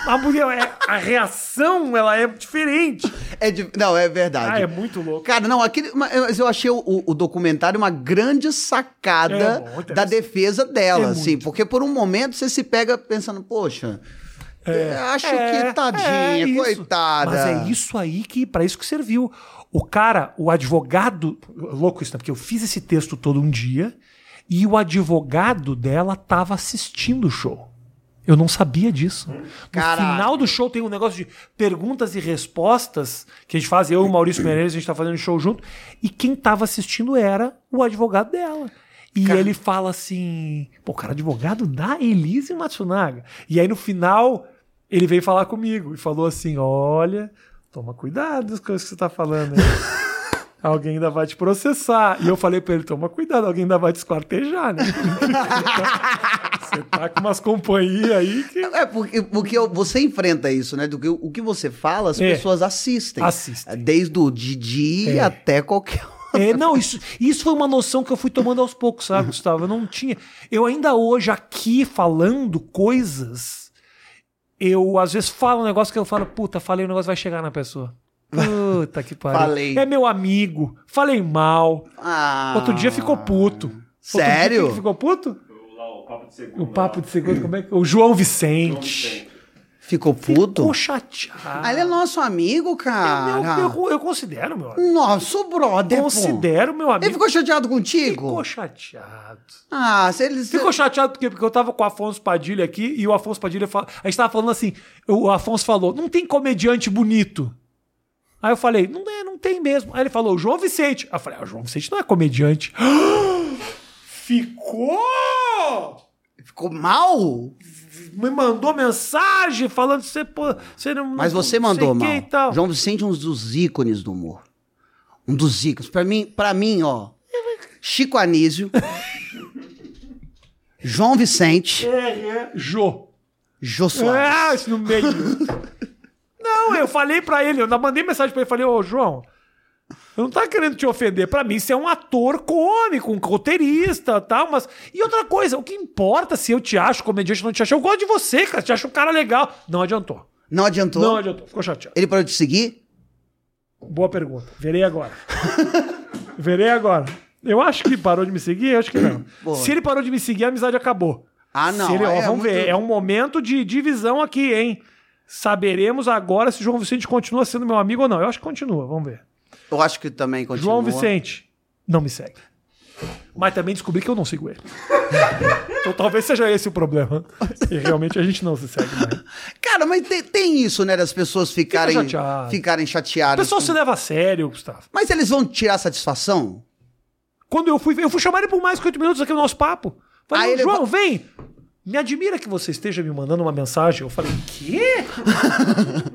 S1: a, mulher, é- a reação, ela é diferente.
S2: é de- não, é verdade.
S1: Ah, é muito louco.
S2: Cara, não, aquele, mas eu achei o, o documentário uma grande
S1: É,
S2: sacada
S1: bom, interessante.
S2: da defesa dela,
S1: É
S2: assim,
S1: muito.
S2: porque por um momento você se pega pensando, poxa, eu acho
S1: É,
S2: que tadinha,
S1: é isso.
S2: coitada.
S1: Mas é isso aí que, para isso que serviu. O cara, o advogado, louco isso, né? Porque eu fiz esse texto todo um dia e o advogado dela tava assistindo o show. Eu não sabia disso. No
S2: Caraca.
S1: final do show tem um negócio de perguntas e respostas que a gente faz, eu e o Maurício Meirelles, a gente tá fazendo um show junto, e quem tava assistindo era o advogado dela. E ele fala assim, pô, cara, advogado da Elise Matsunaga. E aí no final, ele veio falar comigo e falou assim: olha, toma cuidado com as coisas que você tá falando. aí." Alguém ainda vai te processar. E eu falei pra ele: toma cuidado, alguém ainda vai te esquartejar, né? Você tá com umas companhias aí que.
S2: É, porque, porque você enfrenta isso, né? Do que, o que você fala, as
S1: É.
S2: pessoas assistem.
S1: Assistem.
S2: Desde o Didi
S1: É.
S2: até qualquer. um.
S1: É, não, isso, isso foi uma noção que eu fui tomando aos poucos, sabe, Gustavo? Eu não tinha. Eu ainda hoje, aqui falando coisas, eu às vezes falo um negócio que eu falo, puta, falei, o negócio vai chegar na pessoa. Puta que pariu.
S2: Falei.
S1: É meu amigo, falei mal.
S2: Ah.
S1: Outro dia ficou puto. Outro dia
S2: Sério?
S1: quem que ficou puto?
S4: Lá, o papo de segunda.
S1: O papo de segundo, como é que. O João Vicente.
S2: Ficou puto?
S1: Ficou chateado.
S2: Ah, ele é nosso amigo,
S1: Eu-
S2: cara.
S1: eu, eu, considero, meu amigo.
S2: Nosso brother. pô.
S1: Considero, meu amigo.
S2: Ele ficou chateado contigo?
S1: Ficou chateado.
S2: Ah, se ele.
S1: Ficou chateado porque, porque eu tava com o Afonso Padilha aqui e o Afonso Padilha. Fala, a gente tava falando assim: o Afonso falou, não tem comediante bonito. Aí eu falei, não, é, não tem mesmo. Aí ele falou, o João Vicente. Aí eu falei, ah, o João Vicente não é comediante. Ficou!
S2: Ficou mal?
S1: Me mandou mensagem falando que você, pô, você não.
S2: Mas
S1: não
S2: você
S1: sei
S2: mandou
S1: que
S2: mal.
S1: E tal.
S2: João Vicente é um dos ícones do humor. Um dos ícones. Pra mim, pra mim, ó. Chico Anísio. João Vicente.
S1: É, é. Jô.
S2: Jô
S1: Ah,
S2: Soares.
S1: isso no meio. não, eu falei pra ele, eu ainda mandei mensagem pra ele, falei, ô João, eu não tava querendo te ofender. Pra mim, você é um ator cômico, um roteirista tal, mas. E outra coisa, o que importa se eu te acho comediante ou não te acho, eu gosto de você, cara. Te acho um cara legal. Não adiantou.
S2: Não adiantou?
S1: Não adiantou. Ficou chateado.
S2: Ele parou de seguir?
S1: Boa pergunta. Verei agora. Verei agora. Eu acho que ele parou de me seguir, eu acho que não.
S2: Boa.
S1: Se ele parou de me seguir, a amizade acabou.
S2: Ah, não.
S1: Se ele- ó,
S2: é
S1: vamos
S2: muito-
S1: ver. É um momento de divisão aqui, hein? Saberemos agora se João Vicente continua sendo meu amigo ou não. Eu acho que continua, vamos ver.
S2: Eu acho que também continua.
S1: João Vicente, não me segue. Mas também descobri que eu não sigo ele. então talvez seja esse o problema. E realmente a gente não se segue mais.
S2: Cara, mas tem, tem isso, né? Das pessoas ficarem,
S1: chateado.
S2: ficarem
S1: O
S2: chateadas.
S1: pessoal se leva a sério, Gustavo.
S2: Mas eles vão tirar satisfação?
S1: Quando eu fui, eu fui chamar ele por mais que oito minutos aqui no nosso papo.
S2: Aí
S1: Falei,
S2: ele
S1: João, vem! Me admira que você esteja me mandando uma mensagem. Eu falei, quê?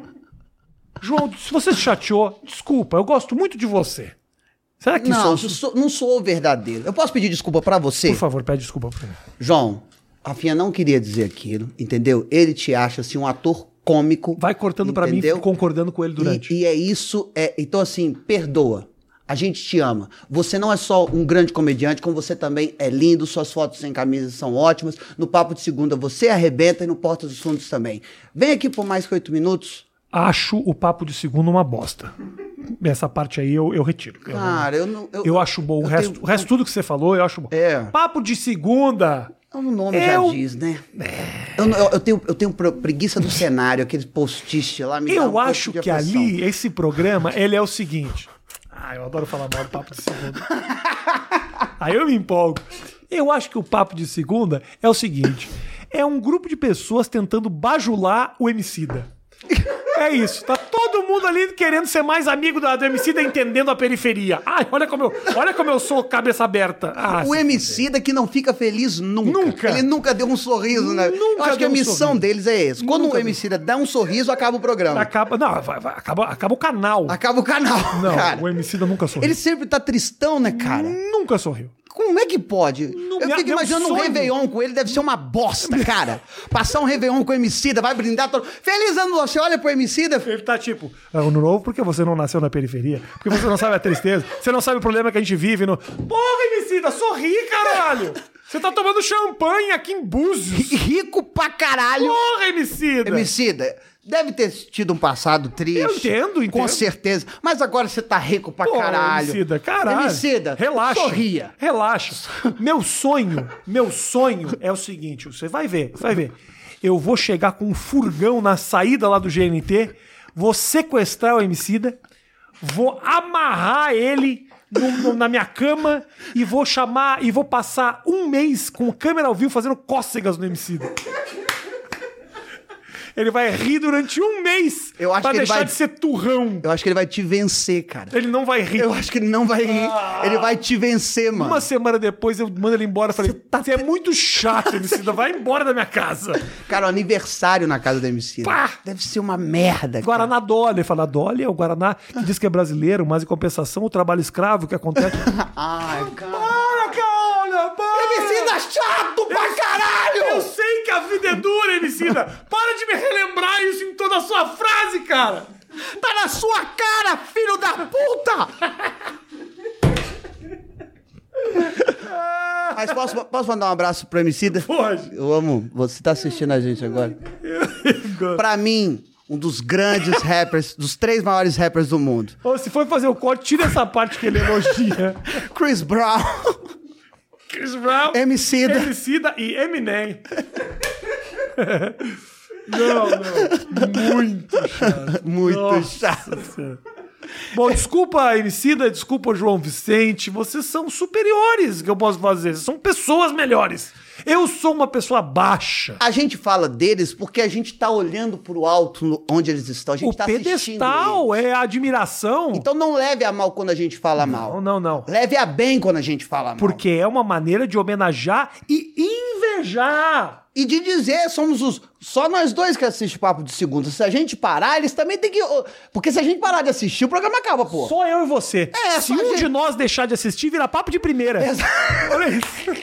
S1: João, se você se chateou, desculpa, eu gosto muito de você. Será que
S2: não,
S1: isso...
S2: eu É sou- não sou verdadeiro. Eu posso pedir desculpa pra você?
S1: Por favor, pede desculpa pra mim.
S2: João, Rafinha não queria dizer aquilo, entendeu? Ele te acha assim um ator cômico.
S1: Vai cortando pra mim,
S2: entendeu?
S1: fico concordando com ele durante.
S2: E, e é isso, é, então assim, perdoa. A gente te ama. Você não é só um grande comediante, como você também é lindo, suas fotos sem camisa são ótimas. No Papo de Segunda você arrebenta e no Porta dos Fundos também. Vem aqui por mais que oito minutos.
S1: Acho o papo de segundo uma bosta. Essa parte aí eu, eu retiro. Eu,
S2: Cara, eu não. Eu,
S1: eu acho bom. O resto,
S2: tenho- um
S1: o resto tudo que você falou, eu acho bom.
S2: É.
S1: Papo de segunda.
S2: O É um nome
S1: Eu- É.
S2: já diz, né? Eu, não- eu- eu tenho, eu tenho pre- preguiça do cenário, aquele post-it lá. Me dá um
S1: Eu
S2: pouco
S1: acho
S2: de
S1: que
S2: aflição.
S1: ali, esse programa, ele é o seguinte. Ah, eu adoro falar mal do papo de segunda. Aí eu me empolgo. Eu acho que o papo de segunda é o seguinte: é um grupo de pessoas tentando bajular o Emicida. É isso, tá todo mundo ali querendo ser mais amigo da- do Emicida, entendendo a periferia. Ai, olha como eu, olha como eu sou cabeça aberta. Ah,
S2: O Emicida que não fica feliz nunca.
S1: Nunca.
S2: Ele nunca deu um sorriso, né?
S1: Nunca
S2: Eu acho que
S1: deu
S2: a
S1: um
S2: missão
S1: sorriso.
S2: deles é essa. Quando o Emicida dá um sorriso, acaba o programa.
S1: acaba, não, vai- vai- acaba, acaba o canal.
S2: Acaba o canal,
S1: não,
S2: cara.
S1: o Hum. Emicida nunca sorriu.
S2: Ele sempre tá tristão, né, cara?
S1: nunca sorriu.
S2: Como é que pode? eu
S1: meu-
S2: fico
S1: meu
S2: imaginando
S1: é
S2: um
S1: sonho.
S2: Réveillon com ele, deve ser uma bosta, cara. Passar um Réveillon com o Emicida, vai brindar todo... Feliz ano novo! Você olha pro Emicida...
S1: Ele tá tipo, ano novo porque você não nasceu na periferia, porque você não sabe a tristeza, você não sabe o problema que a gente vive no. Porra, Emicida, sorri, caralho! Você tá tomando champanhe aqui em Búzios!
S2: Rico pra caralho!
S1: Porra, Emicida!
S2: Emicida, deve ter tido um passado triste.
S1: É. Eu entendo,
S2: Com
S1: entendo.
S2: certeza. Mas agora você tá rico pra
S1: Porra,
S2: caralho.
S1: Emicida, caralho!
S2: Emicida,
S1: relaxa!
S2: sorria.
S1: Relaxa! Meu sonho, meu sonho é o seguinte: você vai ver, você vai ver. Eu vou chegar com um furgão na saída lá do GNT, vou sequestrar o Emicida, vou amarrar ele no- no- na minha cama e vou chamar e vou passar um mês com câmera ao vivo fazendo cócegas no Emicida. Ele vai rir durante um mês
S2: Eu acho
S1: pra
S2: que ele
S1: deixar
S2: vai-
S1: de ser turrão.
S2: Eu acho que ele vai te vencer, cara.
S1: Ele não vai rir.
S2: Eu acho que ele não vai rir.
S1: Ah.
S2: Ele vai te vencer, mano.
S1: Uma semana depois eu mando ele embora. Eu Falei, você é muito chato, Emicida. Vai embora da minha casa.
S2: Cara, o aniversário na casa do Emicida.
S1: Pá!
S2: Deve ser uma merda, cara.
S1: Guaraná Dolly. Ele fala, Dolly é o Guaraná que diz que é brasileiro, mas em compensação o trabalho escravo que acontece.
S2: Ai, cara.
S1: para, cara! Para!
S2: Emicida é chato pra
S1: Eu
S2: caralho!
S1: sei que a vida é dura, Emicida. Para de me relembrar isso em toda a sua frase, cara.
S2: Tá na sua cara, filho da puta! Mas posso, posso mandar um abraço pro Emicida?
S1: Pode.
S2: Eu amo. Você tá assistindo a gente agora. Pra mim, um dos grandes rappers, dos três maiores rappers do mundo.
S1: Ou se for fazer o corte, tira essa parte que ele elogia.
S2: Chris Brown.
S1: Chris Brown,
S2: Emicida.
S1: Emicida e Eminem. não, não. Muito chato.
S2: Muito
S1: Nossa
S2: chato.
S1: Senhora. Bom, desculpa, Emicida, desculpa, João Vicente. Vocês são superiores, que eu posso fazer. Vocês são pessoas melhores. Eu sou uma pessoa baixa.
S2: A gente fala deles porque a gente tá olhando pro alto no- onde eles estão. A gente
S1: O
S2: tá assistindo. eles.
S1: pedestal é a admiração.
S2: Então não leve a mal quando a gente fala
S1: não,
S2: mal.
S1: não, não.
S2: Leve a bem quando a gente fala mal.
S1: Porque é uma maneira de homenagear e invejar.
S2: E de dizer, somos os. Só nós dois que assistem Papo de Segunda. Se a gente parar, eles também tem que. ô, Porque se a gente parar de assistir, o programa acaba, pô.
S1: Só eu e você.
S2: É,
S1: Se
S2: só a
S1: um
S2: gente-
S1: de nós deixar de assistir, vira papo de primeira.
S2: Exa-
S1: Olha isso.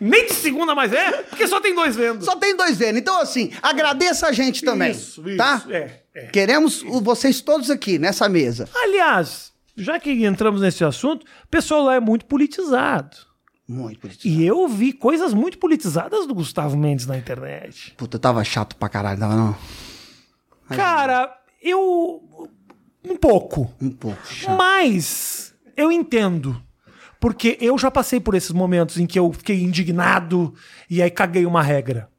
S1: Nem de segunda, mas é, porque só tem dois vendo.
S2: Só tem dois N. Então, assim, agradeça a gente também.
S1: Isso, isso,
S2: Tá?
S1: é, é.
S2: Queremos o- vocês todos aqui nessa mesa.
S1: Aliás, já que entramos nesse assunto, o pessoal lá é muito politizado.
S2: Muito bonito.
S1: E eu vi coisas muito politizadas do Gustavo Mendes na internet.
S2: Puta, tava chato pra caralho, tava não?
S1: Cara, eu. Um pouco.
S2: Um pouco chato.
S1: Mas eu entendo. Porque eu já passei por esses momentos em que eu fiquei indignado e aí caguei uma regra.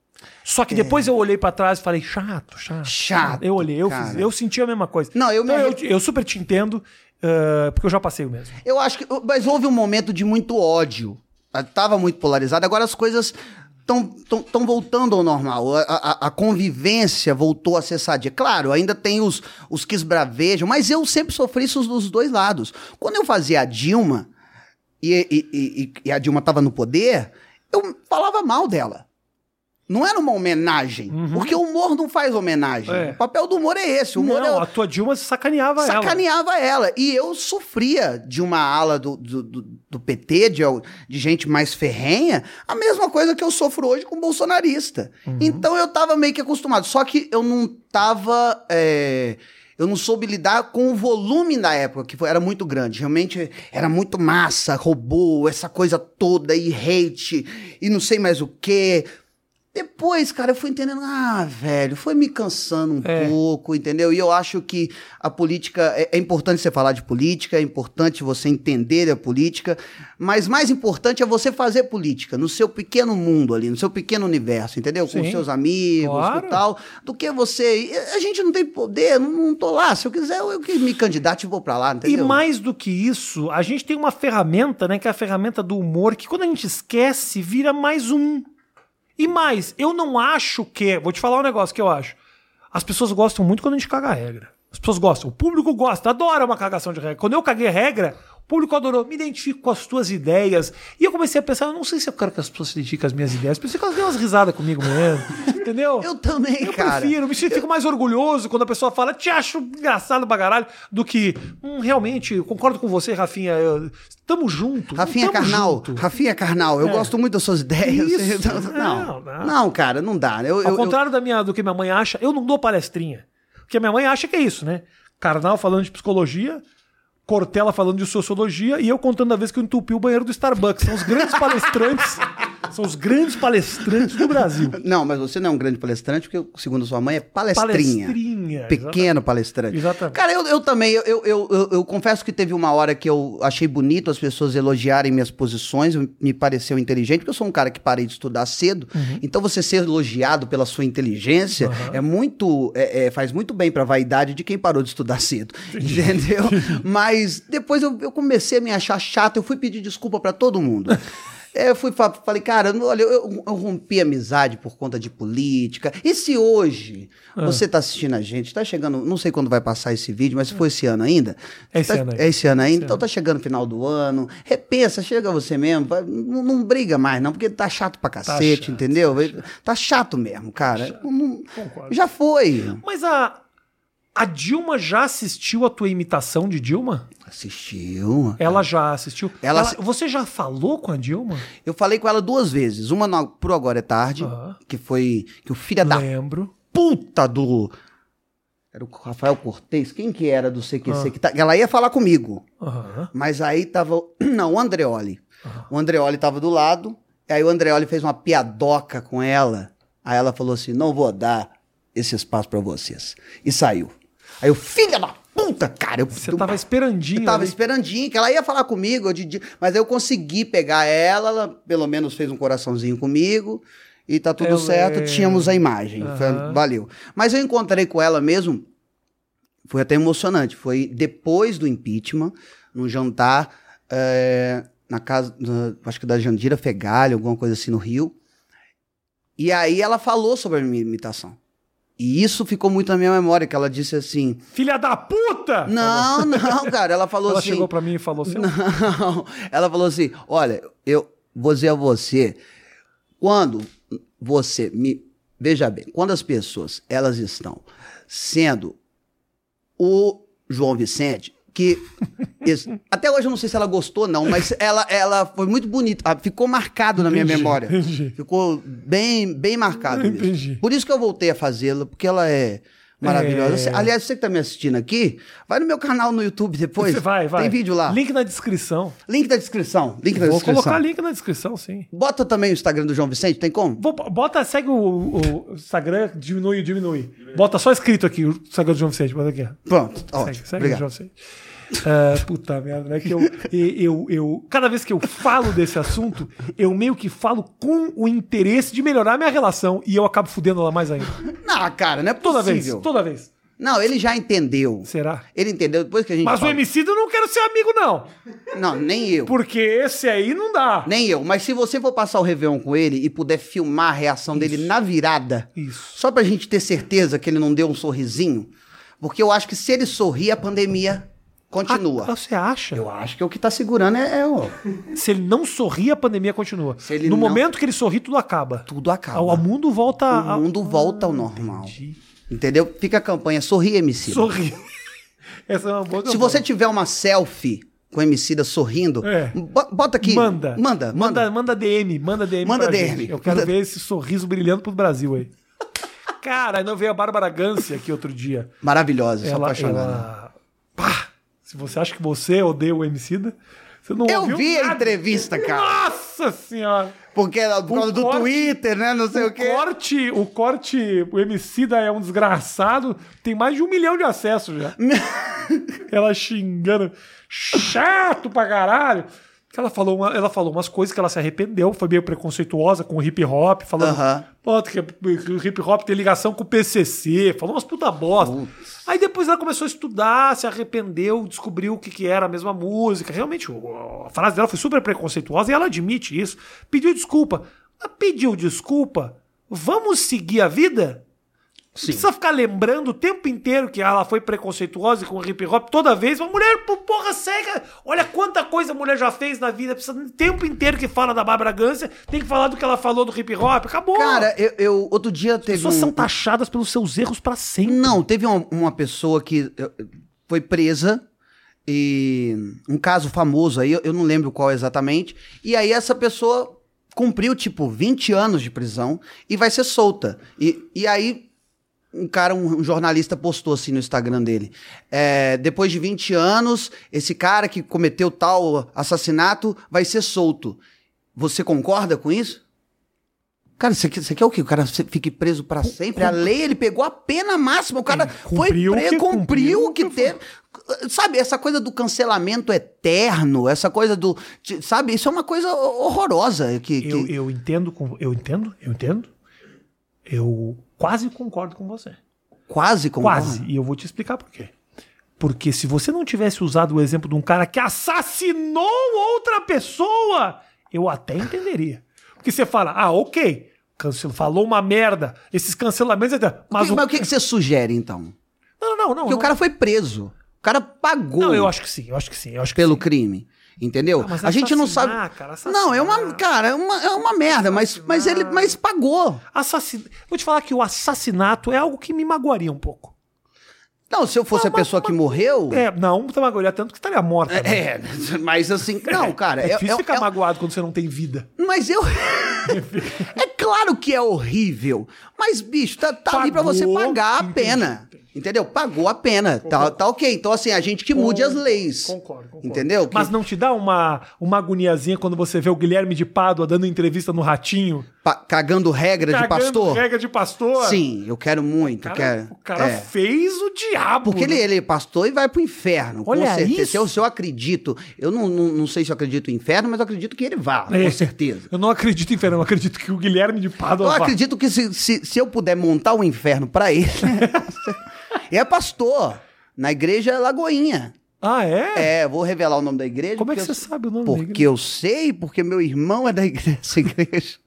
S1: Só que depois eu olhei pra trás e falei, chato, chato.
S2: É. Chato,
S1: Eu olhei, eu,
S2: cara.
S1: fiz- eu senti a mesma coisa.
S2: Não, eu
S1: Então
S2: me
S1: eu,
S2: arre-
S1: eu super te entendo, ah, porque eu já passei o mesmo.
S2: Eu acho que. Mas houve um momento de muito ódio. Ah, Tava muito polarizado. Agora as coisas estão voltando ao normal. A, a- a convivência voltou a ser sadia. Claro, ainda tem os, os que esbravejam, mas eu sempre sofri isso dos dois lados. Quando eu fazia a Dilma, e, e- e- e a Dilma estava no poder, eu falava mal dela. Não era uma homenagem. Porque o humor não faz homenagem.
S1: Uhum. É.
S2: O papel do humor é esse. O humor é
S1: Não, a tua Dilma sacaneava, ela.
S2: sacaneava ela. E eu sofria de uma ala do, do, do- do PT, de, al- de gente mais ferrenha, a mesma coisa que eu sofro hoje com bolsonarista.
S1: Uhum.
S2: Então eu tava meio que acostumado. Só que eu não tava. é, eu não soube lidar com o volume da época, que foi- era muito grande. Realmente era muito massa, robô, essa coisa toda, e hate, e não sei mais o quê. Depois, cara, eu fui entendendo, ah, velho, foi me cansando um
S1: É.
S2: pouco, entendeu? E eu acho que a política, é, é importante você falar de política, é importante você entender a política, mas mais importante é você fazer política no seu pequeno mundo ali, no seu pequeno universo, entendeu? Com
S1: Sim.
S2: seus amigos
S1: Claro.
S2: e tal, do que você... e A gente não tem poder, não, não tô lá, se eu quiser eu, eu que me candidato e vou pra lá,
S1: E
S2: entendeu?
S1: mais do que isso, a gente tem uma ferramenta, né, que é a ferramenta do humor, que quando a gente esquece, vira mais um. E mais, eu não acho que. Vou te falar um negócio que eu acho. As pessoas gostam muito quando a gente caga a regra. As pessoas gostam. O público gosta, adora uma cagação de regra. Quando eu caguei a regra, o público adorou. Me identifico com as tuas ideias. E eu comecei a pensar, eu não sei se eu quero que as pessoas se identifiquem com as minhas ideias. Pensei que elas dêem umas risadas comigo mesmo. Entendeu?
S2: Eu também,
S1: Eu
S2: cara.
S1: prefiro, me sinto, fico mais orgulhoso quando a pessoa fala, te acho engraçado pra caralho, do que, hum, realmente, eu concordo com você, Rafinha, eu- tamo junto.
S2: Rafinha
S1: tamo
S2: Carnal,
S1: junto. É.
S2: Rafinha Carnal, eu gosto muito das suas ideias. Então,
S1: Isso,
S2: Não,
S1: não.
S2: não, cara, não dá. Eu,
S1: Ao
S2: eu- eu-
S1: contrário da minha, do que minha mãe acha, eu não dou palestrinha. Porque a minha mãe acha que é isso, né? Carnal falando de psicologia, Cortella falando de sociologia e eu contando a vez que eu entupi o banheiro do Starbucks. São os grandes palestrantes, são os grandes palestrantes do Brasil.
S2: Não, mas você não é um grande palestrante, porque, segundo sua mãe, é palestrinha.
S1: Palestrinha.
S2: Pequeno palestrante.
S1: é, Exatamente.
S2: Cara, eu, eu também, eu, eu, eu, eu- eu confesso que teve uma hora que eu achei bonito as pessoas elogiarem minhas posições, me pareceu inteligente, porque eu sou um cara que parei de estudar cedo. Então você ser elogiado pela sua inteligência é muito. é- é, faz muito bem pra vaidade de quem parou de estudar cedo. Entendeu? Mas depois eu, eu comecei a me achar chato, eu fui pedir desculpa pra todo mundo. É, Eu fui, fa- falei, cara, não- olha, eu, eu- eu rompi a amizade por conta de política. E se hoje
S1: Ah.
S2: você tá assistindo a gente, tá chegando, não sei quando vai passar esse vídeo, mas se for esse ano ainda.
S1: É esse
S2: tá-
S1: ano ainda.
S2: É esse ano ainda, então tá chegando o final do ano. Repensa, chega você mesmo, vai- não, não briga mais não, porque tá chato pra cacete,
S1: chato, Tá
S2: entendeu? Tá chato. mesmo, cara. Não-
S1: Concordo.
S2: já foi.
S1: Mas a. A Dilma já assistiu a tua imitação de Dilma?
S2: Assistiu.
S1: Ela já assistiu.
S2: Ela
S1: Ela-
S2: assi-
S1: Você já falou com a Dilma?
S2: Eu falei com ela duas vezes, uma no, pro Agora é Tarde,
S1: Aham.
S2: que foi, que o filho é da
S1: Lembro.
S2: puta do. Era o Rafael Cortez? Quem que era do CQC? Que tá- Ela ia falar comigo.
S1: Aham.
S2: Mas aí tava. o- Não, o Andreoli. O Andreoli tava do lado. E aí o Andreoli fez uma piadoca com ela. Aí ela falou assim: não vou dar esse espaço pra vocês. E saiu. Aí eu, filha da puta, cara! Eu,
S1: Você tá
S2: eu-
S1: tava esperandinho.
S2: eu tava
S1: ali.
S2: esperandinho, que ela ia falar comigo, eu de- de- mas aí eu consegui pegar ela, ela pelo menos fez um coraçãozinho comigo, e tá tudo
S1: Eu
S2: certo,
S1: lembro.
S2: tínhamos a imagem, foi-
S1: Aham.
S2: valeu. Mas eu encontrei com ela mesmo, foi até emocionante, foi depois do impeachment, num jantar, é, na casa, na- acho que da Jandira Fegalho, alguma coisa assim no Rio, e aí ela falou sobre a minha imitação. E isso ficou muito na minha memória, que ela disse assim,
S1: Filha da puta! Tá
S2: não, não, cara, ela falou
S1: Ela
S2: assim...
S1: chegou pra mim e falou assim:
S2: Não. Ela falou assim: olha, eu vou dizer a você, quando você me. Veja bem, quando as pessoas elas estão sendo o João Vicente, que. es- até hoje eu não sei se ela gostou, ou não, mas ela, ela foi muito bonita. ah, Ficou marcado na minha
S1: Entendi,
S2: memória.
S1: entendi.
S2: Ficou bem, bem marcado. mesmo.
S1: Entendi.
S2: Por isso que eu voltei a fazê-la, porque ela é. Maravilhosa.
S1: É.
S2: Aliás, você que tá me assistindo aqui, vai no meu canal no YouTube depois.
S1: Você vai, vai.
S2: Tem vídeo lá.
S1: Link na descrição.
S2: Link da descrição. Link da
S1: Vou
S2: descrição.
S1: colocar link na descrição, sim.
S2: Bota também o Instagram do João Vicente, tem como?
S1: Vou- bota, segue o, o Instagram, diminui, diminui. Bota só escrito aqui, o Instagram do João Vicente, bota aqui. ó.
S2: Pronto, tá ótimo.
S1: Segue, segue o
S2: Obrigado.
S1: João Vicente. Ah, puta merda, né? Que eu, e- eu, eu, cada vez que eu falo desse assunto, eu meio que falo com o interesse de melhorar a minha relação e eu acabo fudendo ela mais ainda.
S2: Não, cara, não é
S1: Toda
S2: possível.
S1: vez, toda vez.
S2: Não, ele já entendeu.
S1: Será?
S2: Ele entendeu depois que a gente.
S1: Mas o
S2: fala-
S1: MC eu não quero ser amigo, não.
S2: Não, nem eu.
S1: Porque esse aí não dá.
S2: Nem eu. Mas se você for passar o Réveillon com ele e puder filmar a reação dele na virada,
S1: Isso.
S2: só pra gente ter certeza que ele não deu um sorrisinho, porque eu acho que se ele sorrir, a pandemia continua.
S1: Ah, você acha?
S2: Eu acho que o que tá segurando é, é o.
S1: Se ele não sorrir, a pandemia continua.
S2: Se ele
S1: no
S2: não-
S1: momento que ele sorri, tudo acaba.
S2: Tudo acaba.
S1: É O mundo volta a-
S2: O mundo volta ao normal.
S1: Ah, Entendi.
S2: Entendeu? Fica a campanha Sorri MC.
S1: sorrir. Essa é uma boa
S2: Se
S1: campanha.
S2: você tiver uma selfie com o Emicida sorrindo,
S1: É.
S2: bo- bota aqui.
S1: Manda.
S2: Manda,
S1: Manda,
S2: manda.
S1: manda DM, manda DM.
S2: Manda
S1: pra
S2: DM.
S1: gente. Eu quero
S2: Manda-
S1: ver esse sorriso brilhando pro Brasil aí. Cara, não veio a Bárbara Gância aqui outro dia.
S2: Maravilhosa, sou
S1: Ela,
S2: apaixonada.
S1: ela...
S2: né?
S1: Pá! Se você acha que você odeia o Emicida, você não
S2: Eu
S1: ouviu
S2: vi a
S1: nada.
S2: entrevista, cara.
S1: Nossa senhora!
S2: Porque era por
S1: O
S2: causa do
S1: corte-
S2: Twitter, né? Não sei o,
S1: O
S2: quê.
S1: corte, o corte, o Emicida é um desgraçado, tem mais de um milhão de acessos já. ela xingando, chato pra caralho. Que Ela falou, uma- ela falou umas coisas que ela se arrependeu, foi meio preconceituosa com o hip hop, falando
S2: Aham.
S1: "Pô, que que o hip hop tem ligação com o PCC, falou umas puta bosta. Aí depois ela começou a estudar, se arrependeu, descobriu o que, que era a mesma música. Realmente, o- a frase dela foi super preconceituosa e ela admite isso. Pediu desculpa. Mas pediu desculpa? Vamos seguir a vida? Não precisa ficar lembrando o tempo inteiro que ela foi preconceituosa e com hip hop toda vez. Uma mulher, pô, porra, cega. Olha quanta coisa a mulher já fez na vida. Precisa o tempo inteiro que fala da Bárbara Gância, tem que falar do que ela falou do hip hop. Acabou.
S2: Cara, eu, eu- outro dia
S1: As
S2: teve.
S1: pessoas são
S2: Um... Hum,
S1: taxadas pelos seus erros pra sempre.
S2: Não, teve uma, uma pessoa que eh, foi presa. E um caso famoso aí, eu- eu não lembro qual exatamente. E aí essa pessoa cumpriu, tipo, 20 anos de prisão e vai ser solta. E, e aí um cara, um, um jornalista postou assim no Instagram dele. É, depois de 20 anos, esse cara que cometeu tal assassinato vai ser solto. Você concorda com isso? Cara, você quer, você quer o quê? O cara se- fique preso pra sempre? A lei, ele pegou a pena máxima. O cara foi
S1: É, cumpriu o
S2: preso,
S1: que-
S2: cumpriu o que
S1: cumpriu o que foi.
S2: teve. Sabe, essa coisa do cancelamento eterno, essa coisa do. de- Sabe, isso é uma coisa horrorosa. Que, que-
S1: Eu, eu entendo com. Eu entendo, eu entendo. Eu quase concordo com você.
S2: Quase concorda.
S1: Quase. Então, E eu vou te explicar por quê. Porque se você não tivesse usado o exemplo de um cara que assassinou outra pessoa, eu até entenderia. Porque você fala, ah, ok, cancel, falou uma merda, esses cancelamentos. etc. Mas
S2: Mas o,
S1: o.
S2: mas o que, que você sugere, então?
S1: Não, não, não.
S2: Porque
S1: não.
S2: o cara foi preso. O cara pagou
S1: Não, eu acho que sim, eu acho que sim. Eu acho que
S2: pelo
S1: sim.
S2: crime. Entendeu?
S1: Ah, mas
S2: a gente não sabe.
S1: assassinar, cara, assassinar.
S2: não, é uma. Cara, é uma, é uma merda, mas, mas ele. Mas pagou.
S1: Assassin... Vou te falar que o assassinato é algo que me magoaria um pouco.
S2: Não, se eu fosse
S1: Não,
S2: a
S1: mas-
S2: pessoa que
S1: mas-
S2: morreu.
S1: É, não, tá magoaria tanto que estaria morta. né?
S2: É, mas assim. Não, cara.
S1: É
S2: é-
S1: difícil
S2: é-
S1: ficar
S2: é-
S1: magoado quando você não tem vida.
S2: Mas eu. é claro que é horrível. Mas, bicho, tá, tá ali pra
S1: Pagou,
S2: você pagar a
S1: entendi,
S2: pena. Entendeu? Pagou a pena. Tá, tá ok. Então, assim, a gente que mude as leis.
S1: Concordo, concordo.
S2: Entendeu?
S1: Mas
S2: Que-
S1: não te dá uma, uma agoniazinha quando você vê o Guilherme de Pádua dando entrevista no Ratinho?
S2: pa- cagando regra de
S1: cagando
S2: pastor?
S1: regra de pastor?
S2: Sim, eu quero muito.
S1: O cara,
S2: quero,
S1: o cara
S2: é.
S1: fez o diabo.
S2: Porque ele,
S1: né?
S2: ele é pastor e vai pro inferno,
S1: Olha
S2: com certeza.
S1: isso.
S2: Se, eu, se eu acredito, eu não, não, não sei se eu acredito no inferno, mas eu acredito que ele vá,
S1: É.
S2: com certeza.
S1: Eu não acredito em Fernando, eu acredito que o Guilherme de Pádua
S2: Eu
S1: vá.
S2: acredito que se, se, se eu puder montar o inferno pra ele. é pastor, na igreja Lagoinha.
S1: Ah, é?
S2: É, vou revelar o nome da igreja.
S1: Como é que
S2: porque
S1: você
S2: eu-
S1: sabe o nome da
S2: Porque
S1: igreja?
S2: eu sei, porque meu irmão é da igreja, dessa igreja.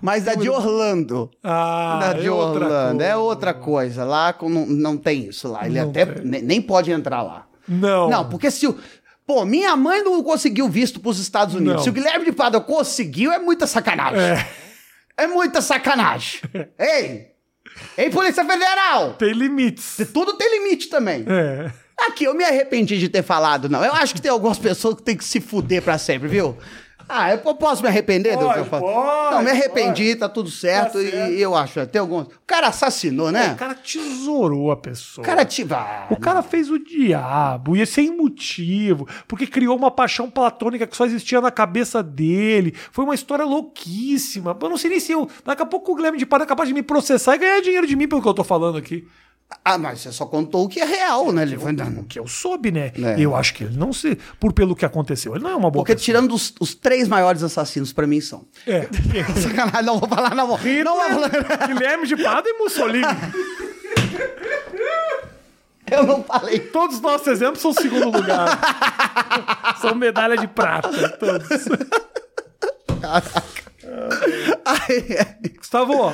S2: Mas a de Orlando.
S1: Ah,
S2: da de Orlando.
S1: coisa.
S2: É outra coisa. Lá com- não, não tem isso lá. Ele
S1: Não
S2: até
S1: tem.
S2: ne- nem pode entrar lá.
S1: Não.
S2: Não, porque se o. Pô, minha mãe não conseguiu visto pros Estados Unidos.
S1: Não.
S2: Se o Guilherme de Pádua conseguiu, é muita sacanagem.
S1: É,
S2: É, muita sacanagem. Ei! Ei, Polícia Federal!
S1: tem limites.
S2: Tudo tem limite também.
S1: É.
S2: Aqui, eu me arrependi de ter falado, não. Eu acho que tem algumas pessoas que tem que se fuder pra sempre, viu? Ah, eu po- posso me arrepender do que eu
S1: Pode,
S2: falo?
S1: pode,
S2: não, me arrependi, tá tudo certo,
S1: Tá certo.
S2: E, eu acho. né? Tem alguns. O cara assassinou, né?
S1: O cara tesourou a pessoa.
S2: O cara te. Ah,
S1: O cara fez o diabo, e é sem motivo, porque criou uma paixão platônica que só existia na cabeça dele. Foi uma história louquíssima. Eu não sei nem se eu. Daqui a pouco o Guilherme de Pará é capaz de me processar e ganhar dinheiro de mim pelo que eu tô falando aqui.
S2: Ah, mas você só contou o que é real, né? Ele foi
S1: O que eu soube, né?
S2: É.
S1: Eu acho que ele não se. Por pelo que aconteceu. Ele não é uma boa
S2: Porque
S1: pessoa.
S2: tirando os, os três maiores assassinos, pra mim são.
S1: É.
S2: Sacanagem, não vou falar, não vou. Não vou falar. né?
S1: Guilherme de Pada e Mussolini.
S2: Eu não falei.
S1: Todos os nossos exemplos são segundo lugar. são medalha de prata. Todos.
S2: Ai, ai.
S1: Gustavo, ó,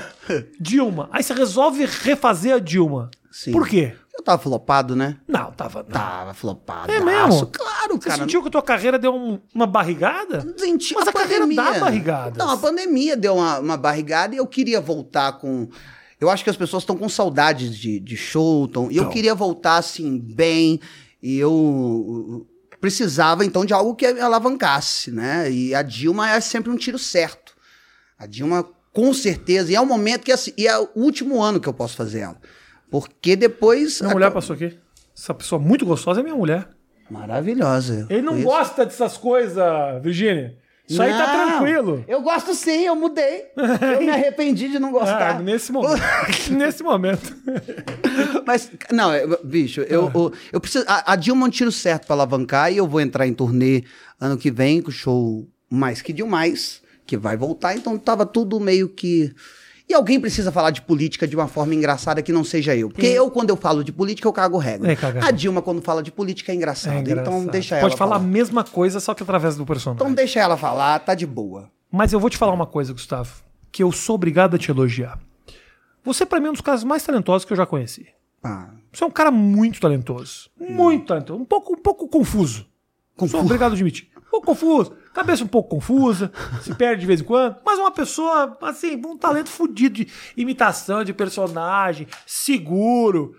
S1: Dilma. Aí você resolve refazer a Dilma.
S2: Sim.
S1: Por quê?
S2: Eu tava flopado, né?
S1: Não, tava. não.
S2: Tava flopado.
S1: É mesmo?
S2: Claro,
S1: Você
S2: cara.
S1: sentiu que a tua carreira deu um- uma barrigada?
S2: Senti
S1: Mas a carreira dá barrigadas.
S2: Não, a pandemia deu uma, uma barrigada e eu queria voltar com. Eu acho que as pessoas estão com saudades de, de show, tão- e eu
S1: Tão.
S2: queria voltar assim, bem, e eu precisava então de algo que alavancasse, né? E a Dilma é sempre um tiro certo. A Dilma, com certeza, e é um momento que assim, e é o último ano que eu posso fazer ela. Porque depois.
S1: Minha mulher passou aqui. Essa pessoa muito gostosa é minha mulher.
S2: Maravilhosa.
S1: Ele não
S2: Isso.
S1: gosta dessas coisas, Virgínia. Isso aí tá
S2: Não,
S1: tranquilo.
S2: Eu gosto sim, eu mudei. Eu me arrependi de não gostar.
S1: Ah, nesse momento. nesse momento.
S2: Mas, não, eu- bicho,
S1: Ah.
S2: eu, eu, eu preciso. A, a Dilma é um tiro certo pra alavancar e eu vou entrar em turnê ano que vem com o show Mais Que Demais, que vai voltar. Então tava tudo meio que. E alguém precisa falar de política de uma forma engraçada que não seja eu. Porque eu, quando eu falo de política, eu cago regra.
S1: É, caga
S2: a Dilma, quando fala de política, é engraçada.
S1: É engraçado.
S2: Então deixa ela.
S1: Pode falar a mesma coisa, só que através do personagem.
S2: Então deixa ela falar, tá de boa.
S1: Mas eu vou te falar uma coisa, Gustavo, que eu sou obrigado a te elogiar. Você, pra mim, é um dos caras mais talentosos que eu já conheci.
S2: Ah,
S1: Você é um cara muito talentoso. Muito talentoso. Um pouco, um pouco confuso. Sou obrigado a admitir. Um pouco confuso. Cabeça um pouco confusa. se perde de vez em quando. Mas uma pessoa, assim, com um talento fodido de imitação, de personagem, seguro.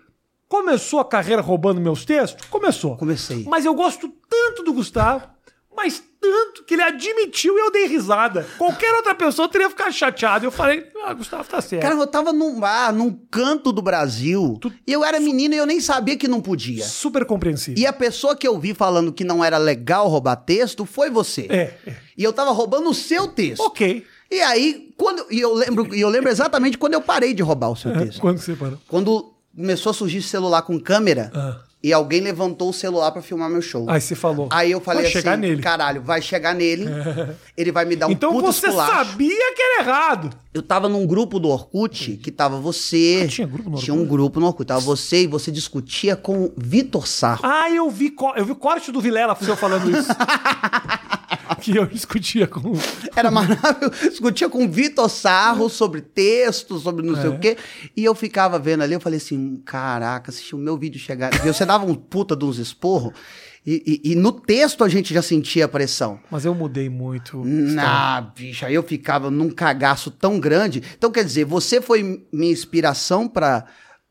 S1: Começou a carreira roubando meus textos? Começou.
S2: Comecei.
S1: Mas eu gosto tanto do Gustavo, mas tanto que ele admitiu e eu dei risada. Qualquer outra pessoa teria ficado chateada. Eu falei, ah, Gustavo tá certo.
S2: Cara, eu tava num bar, num canto do Brasil,
S1: Tu-
S2: e eu era menino e eu nem sabia que não podia.
S1: Super compreensível.
S2: E a pessoa que eu vi falando que não era legal roubar texto foi você.
S1: É, é.
S2: E eu tava roubando o seu texto.
S1: Ok.
S2: E aí, quando. E eu lembro, e eu lembro exatamente quando eu parei de roubar o seu texto.
S1: É, Quando você parou?
S2: Quando começou a surgir celular com câmera
S1: Ah.
S2: e alguém levantou o celular pra filmar meu show.
S1: Aí você falou.
S2: Aí eu falei
S1: vai
S2: assim,
S1: chegar nele.
S2: caralho, vai chegar nele, ele vai me dar um
S1: então
S2: puto
S1: você
S2: esculacho.
S1: sabia que era errado.
S2: Eu tava num grupo do Orkut que tava você.
S1: Ah, tinha grupo no
S2: Tinha um
S1: Orkut?
S2: grupo no Orkut. Tava você e você discutia com o Vitor Sarro.
S1: Ah, eu vi, co- eu vi corte do Vilela eu falando isso. que eu discutia com.
S2: Era maravilhoso. Discutia com o Vitor Sarro sobre texto, sobre não
S1: É.
S2: sei o quê. E eu ficava vendo ali, eu falei assim: caraca, assisti o meu vídeo chegar. E você dava um puta de uns esporros. E, e- e no texto a gente já sentia a pressão.
S1: Mas eu mudei muito.
S2: Na bicha, aí eu ficava num cagaço tão grande. Então, quer dizer, você foi minha inspiração pra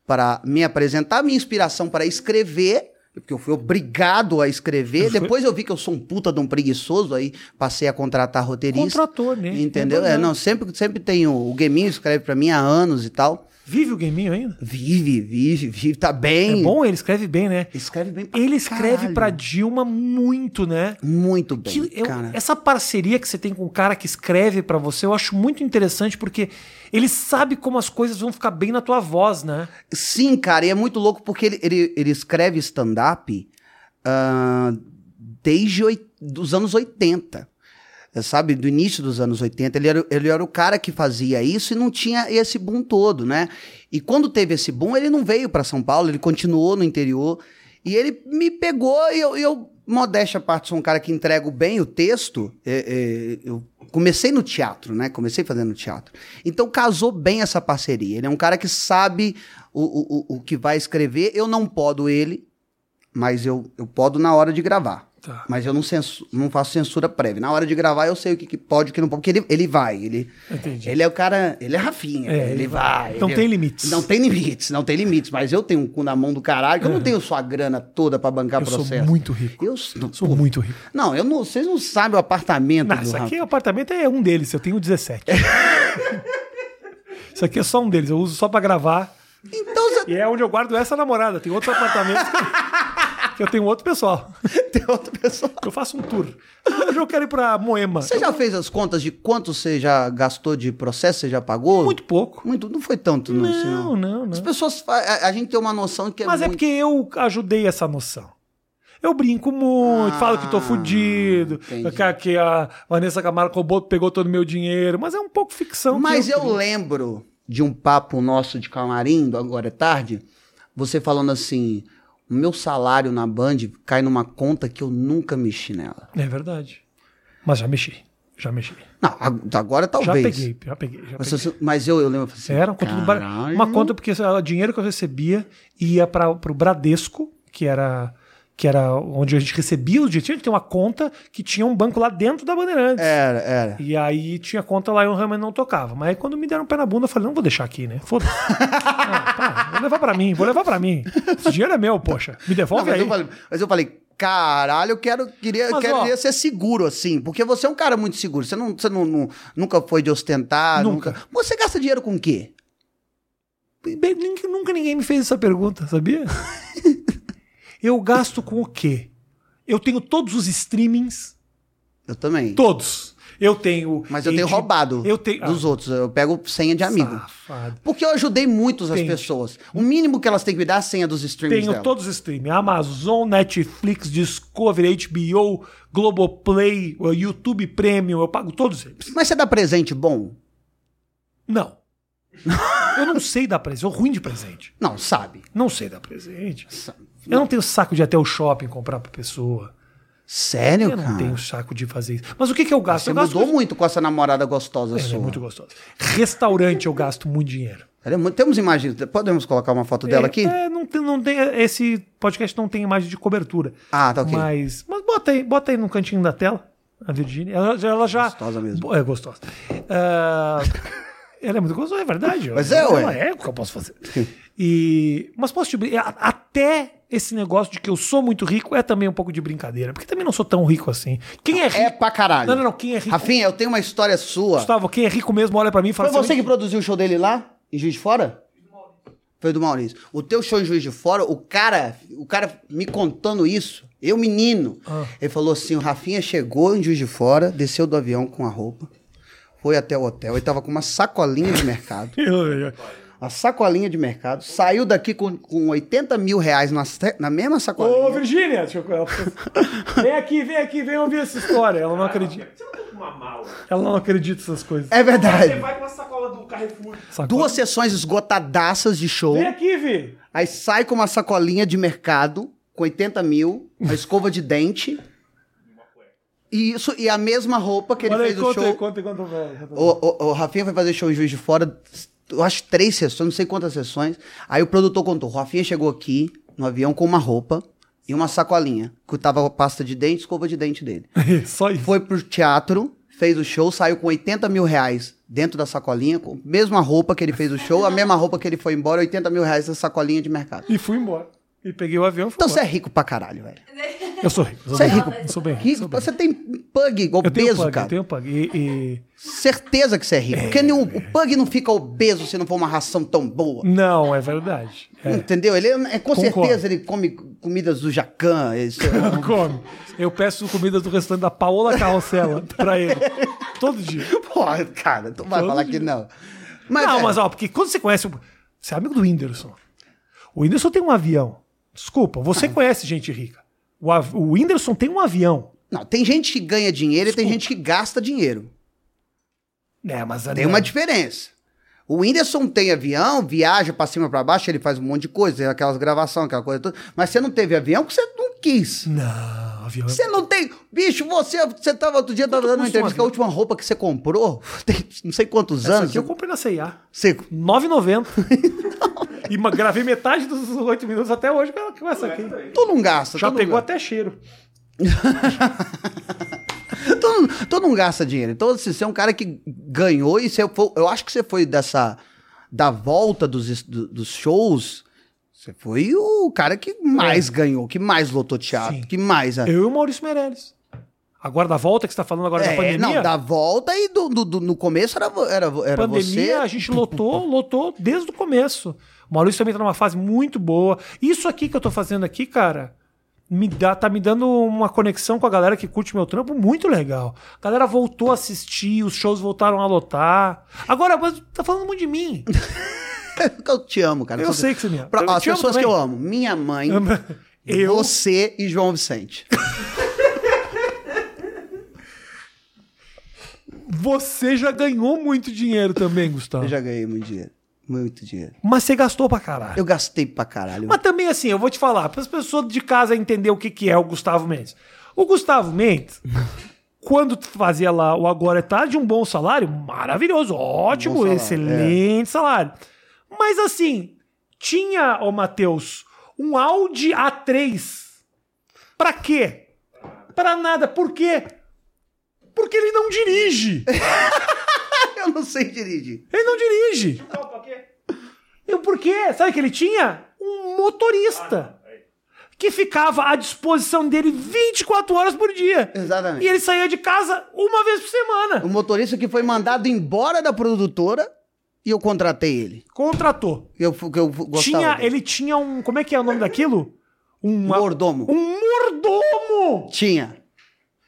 S2: para me apresentar, minha inspiração para escrever, porque eu fui obrigado a escrever. Depois eu vi que eu sou um puta de um preguiçoso, aí passei a contratar roteirista.
S1: Contratou, né?
S2: Entendeu?
S1: Contratou.
S2: É, não, sempre, sempre tem o, o Gueminho escreve pra mim há anos e tal.
S1: Vive o gaminho ainda?
S2: Vive, vive, vive, tá bem.
S1: É bom, ele escreve bem, né?
S2: Escreve bem pra
S1: Ele escreve
S2: caralho.
S1: pra Dilma muito, né?
S2: Muito bem,
S1: Que eu-
S2: cara.
S1: essa parceria que você tem com o cara que escreve pra você, eu acho muito interessante porque ele sabe como as coisas vão ficar bem na tua voz, né?
S2: Sim, cara, e é muito louco porque ele, ele, ele escreve stand-up ah, desde oi- dos anos 80. eh, Sabe, do início dos anos 80, ele era, ele era o cara que fazia isso e não tinha esse boom todo, né? E quando teve esse boom, ele não veio pra São Paulo, ele continuou no interior. E ele me pegou e eu, eu modéstia à parte, sou um cara que entrego bem o texto. eh, eh, eu comecei no teatro, né? Comecei fazendo teatro. Então casou bem essa parceria. Ele é um cara que sabe o, o, o- o que vai escrever. Eu não podo ele, mas eu, eu podo na hora de gravar.
S1: Tá.
S2: Mas eu não, censu- não faço censura prévia. Na hora de gravar, eu sei o que, que pode e o que não pode. Porque ele, ele vai. Ele,
S1: Entendi.
S2: ele é o cara. Ele é Rafinha.
S1: É,
S2: ele,
S1: ele
S2: vai.
S1: Então
S2: ele-
S1: tem limites.
S2: Não tem limites, não tem limites. Mas eu tenho um cu na mão do caralho, que eu não tenho sua grana toda pra bancar
S1: É. eu sou
S2: processo.
S1: muito rico.
S2: Eu sou,
S1: Sou
S2: pô,
S1: muito rico.
S2: Não, eu não, vocês não sabem o apartamento
S1: Não,
S2: do
S1: isso aqui
S2: Rafa.
S1: o apartamento é um deles, eu tenho 17. isso aqui é só um deles, eu uso só pra gravar.
S2: Então, você-
S1: E é onde eu guardo essa namorada. Tem outro apartamento Eu tenho outro pessoal.
S2: Tem outra pessoa.
S1: Eu faço um tour. Hoje eu quero ir pra Moema.
S2: Você já fez as contas de quanto você já gastou de processo, você já pagou?
S1: Muito pouco.
S2: Muito, não foi tanto, não,
S1: Não,
S2: senhor.
S1: não,
S2: As
S1: não.
S2: pessoas. fa- A, a gente tem uma noção que é
S1: Mas é
S2: muito.
S1: porque eu ajudei essa noção. Eu brinco muito,
S2: Ah,
S1: falo que tô fudido,
S2: entendi.
S1: que, a- que a Vanessa Camargo roubou, pegou todo o meu dinheiro, mas é um pouco ficção. que
S2: Mas eu
S1: crio.
S2: lembro de um papo nosso de camarim, do agora é tarde, você falando assim: o meu salário na Band cai numa conta que eu nunca mexi nela.
S1: É verdade. Mas já mexi, já mexi.
S2: Não, ag- agora
S1: Já
S2: talvez.
S1: peguei, já peguei, já
S2: Mas,
S1: peguei.
S2: eu- mas eu, eu lembro eu falei assim.
S1: Era uma conta, do Bra-
S2: "Caralho".
S1: uma conta porque o dinheiro que eu recebia ia para o Bradesco, que era que era onde a gente recebia o dinheiro. Tinha que ter uma conta que tinha um banco lá dentro da Bandeirantes.
S2: Era, era.
S1: E aí tinha conta lá e eu realmente não tocava. Mas aí quando me deram um pé na bunda, eu falei, não vou deixar aqui, né? Foda-se. Ah, pá, vou levar pra mim, vou levar pra mim. Esse dinheiro é meu, poxa. Me
S2: Não,
S1: devolve
S2: mas,
S1: aí.
S2: eu falei, mas eu falei, caralho, eu quero, queria,
S1: Mas,
S2: queria
S1: ó-
S2: ser seguro, assim. Porque você é um cara muito seguro. Você, não, você não, não- nunca foi de ostentar. Nunca.
S1: Nunca.
S2: Você gasta dinheiro com o quê?
S1: Bem, nunca- Nunca ninguém me fez essa pergunta, sabia? eu gasto com o quê? Eu tenho todos os streamings,
S2: Eu também.
S1: todos. Eu tenho.
S2: Mas eu tenho
S1: H-
S2: roubado
S1: Eu Ah. tenho.
S2: dos outros. Eu pego senha de amigo.
S1: Safado.
S2: Porque eu ajudei muitos as
S1: Entendi.
S2: pessoas. O mínimo que elas têm que me dar é a senha dos streams
S1: Tenho
S2: dela.
S1: todos os streaming: Amazon, Netflix, Discovery, HBO, Globoplay, YouTube Premium. Eu pago todos eles.
S2: Mas você dá presente bom?
S1: Não. eu não sei dar presente. Eu sou ruim de presente.
S2: Não, sabe.
S1: Não sei dar presente.
S2: Sa-
S1: Eu não tenho saco de ir até o shopping comprar pra pessoa.
S2: Sério,
S1: Eu
S2: cara?
S1: não tenho saco de fazer isso. Mas o que, que eu gasto?
S2: Você
S1: eu gasto
S2: mudou muito com essa namorada gostosa
S1: Ela
S2: sua.
S1: é muito gostosa. Restaurante eu gasto muito dinheiro.
S2: Ela é muito- Temos imagens. Podemos colocar uma foto
S1: É,
S2: dela aqui?
S1: É, não tem, não tem, esse podcast não tem imagem de cobertura.
S2: Ah, tá ok.
S1: Mas, mas bota, aí, bota aí no cantinho da tela, a Virgínia. Ela, já- ela já.
S2: Gostosa mesmo.
S1: Bo- É gostosa. Ah, ela é muito gostosa, é verdade.
S2: Mas é,
S1: Ela
S2: ué.
S1: é o que eu posso fazer. E, mas posso te brin- a- Até esse negócio de que eu sou muito rico é também um pouco de brincadeira. Porque também não sou tão rico assim. Quem é rico.
S2: É pra caralho.
S1: Não, não, não. Quem é rico.
S2: Rafinha, eu tenho uma história sua.
S1: Gustavo, quem é rico mesmo olha pra mim e fala
S2: Foi você
S1: assim,
S2: que produziu o show dele lá? Em Juiz de Fora? Foi do Maurício. O teu show em Juiz de Fora, o cara, o cara me contando isso, eu menino, ele falou assim, o Rafinha chegou em Juiz de Fora, desceu do avião com a roupa, foi até o hotel, ele tava com uma sacolinha de mercado, uma sacolinha de mercado, saiu daqui com, com 80 mil reais na, se- na mesma sacolinha.
S1: Ô, Virgínia! deixa eu- ela- Vem aqui, vem aqui, vem ouvir essa história. Ela não acredita.
S4: Você não tá com uma mala.
S1: Ela não acredita essas coisas.
S2: É
S4: Você
S2: verdade.
S4: vai com uma sacola do Carrefour.
S1: Sacou?
S2: É Duas sessões esgotadaças de show.
S1: Vem aqui, Vi.
S2: Aí sai com uma sacolinha de mercado, com 80 mil, uma escova de dente. E isso, e a mesma roupa que ele
S1: Olha aí,
S2: fez o
S1: conta aí,
S2: show.
S1: conta aí, conta aí. conta aí.
S2: O, o, o Rafinha foi fazer show em Juiz de Fora, eu acho três sessões, não sei quantas sessões. Aí o produtor contou: o Rafinha chegou aqui no avião com uma roupa e uma sacolinha, que tava a pasta de dente, escova de dente dele.
S1: Só isso.
S2: Foi pro teatro, fez o show, saiu com 80 mil reais dentro da sacolinha, com a mesma roupa que ele fez o show, a mesma roupa que ele foi embora, 80 mil reais na sacolinha de mercado.
S1: E fui embora. E peguei o avião e fui
S2: Então você
S1: embora.
S2: é rico pra caralho, velho.
S1: Eu sou rico.
S2: Você é
S1: sou bem
S2: rico.
S1: Eu sou bem rico.
S2: Rico,
S1: sou bem
S2: você tem pug
S1: Eu tenho
S2: obeso,
S1: pug,
S2: cara.
S1: eu tenho pug. E, e-
S2: Certeza que você é rico. Porque nenhum, o pug não fica obeso se não for uma ração tão boa.
S1: Não, é verdade. É.
S2: Entendeu? Ele é, é- com
S1: Concordo.
S2: certeza ele come comidas do Jacan. isso- é
S1: Come. Eu peço comida do restaurante da Paola Carrossela pra ele. Todo dia.
S2: Porra, cara, tu vai
S1: Todo
S2: falar
S1: dia.
S2: que não.
S1: não,
S2: é,
S1: mas ó, porque quando você conhece. o- Você é amigo do Whindersson. O Whindersson tem um avião. Desculpa, você
S2: Ah.
S1: conhece gente rica. O, av- o Whindersson tem um avião.
S2: não, tem gente que ganha dinheiro e tem gente que gasta dinheiro.
S1: É, mas
S2: Tem uma diferença. O Whindersson tem avião, viaja pra cima e pra baixo, ele faz um monte de coisa, tem aquelas gravações, aquela coisa toda. Mas você não teve avião porque você não quis.
S1: Não, avião. é
S2: Você é não tem. Bicho, você, você tava outro dia tava dando uma
S1: custa um
S2: entrevista que a última roupa que você comprou tem não sei quantos
S1: Essa
S2: anos.
S1: aqui eu comprei na CIA.
S2: Você-
S1: 9,90.
S2: Então,
S1: e ma- gravei metade dos 8 minutos até hoje com ela- com essa aqui.
S2: Tu não gasta.
S1: Já
S2: tu
S1: pegou
S2: não,
S1: até cheiro.
S2: gasta. Tu, não- tu não gasta dinheiro. Então, assim, você é um cara que ganhou e você foi, eu acho que você foi dessa. da volta dos, es- do- dos shows. Você foi o cara que mais ganhou, que mais lotou teatro,
S1: É. Sim.
S2: que mais.
S1: Eu e o Maurício Meirelles. Agora da volta que você tá falando agora da
S2: É,
S1: pandemia.
S2: não, da volta e do, do- do- no começo era, vo- era, vo- era
S1: pandemia,
S2: você.
S1: a gente lotou, lotou desde o começo. O Maurício também tá numa fase muito boa. Isso aqui que eu tô fazendo aqui, cara, me dá, tá me dando uma conexão com a galera que curte meu trampo muito legal. A galera voltou a assistir, os shows voltaram a lotar. Agora, mas tá falando muito de mim.
S2: Eu te amo, cara.
S1: Eu
S2: Só
S1: sei que você me ama.
S2: Pra-
S1: Eu
S2: ó, As
S1: te amo
S2: pessoas que
S1: também.
S2: eu amo. Minha mãe,
S1: Eu.
S2: você e João Vicente.
S1: Você já ganhou muito dinheiro também, Gustavo.
S2: Eu já ganhei muito dinheiro. Muito dinheiro.
S1: Mas você gastou pra caralho.
S2: Eu gastei pra caralho.
S1: Mas também assim, eu vou te falar, para as pessoas de casa entender o que, que é o Gustavo Mendes. O Gustavo Mendes, quando fazia lá o Agora é Tarde, um bom salário, maravilhoso, ótimo,
S2: salário,
S1: excelente salário. Mas assim, tinha, ô Matheus, um Audi A3. Pra quê? Pra nada. Por quê? Porque ele não dirige.
S2: Eu não sei dirigir.
S1: Ele não dirige.
S4: Então, pra quê?
S1: E o porquê? Sabe o que ele tinha? Um motorista. Que ficava à disposição dele 24 horas por dia.
S2: Exatamente.
S1: E ele saía de casa uma vez por semana.
S2: O motorista que foi mandado embora da produtora e eu contratei ele.
S1: Contratou.
S2: Eu, fu- que eu fu- gostava
S1: Tinha,
S2: dele.
S1: ele tinha um. Como é que é o nome daquilo? Um
S2: Mordomo.
S1: Um mordomo!
S2: Tinha.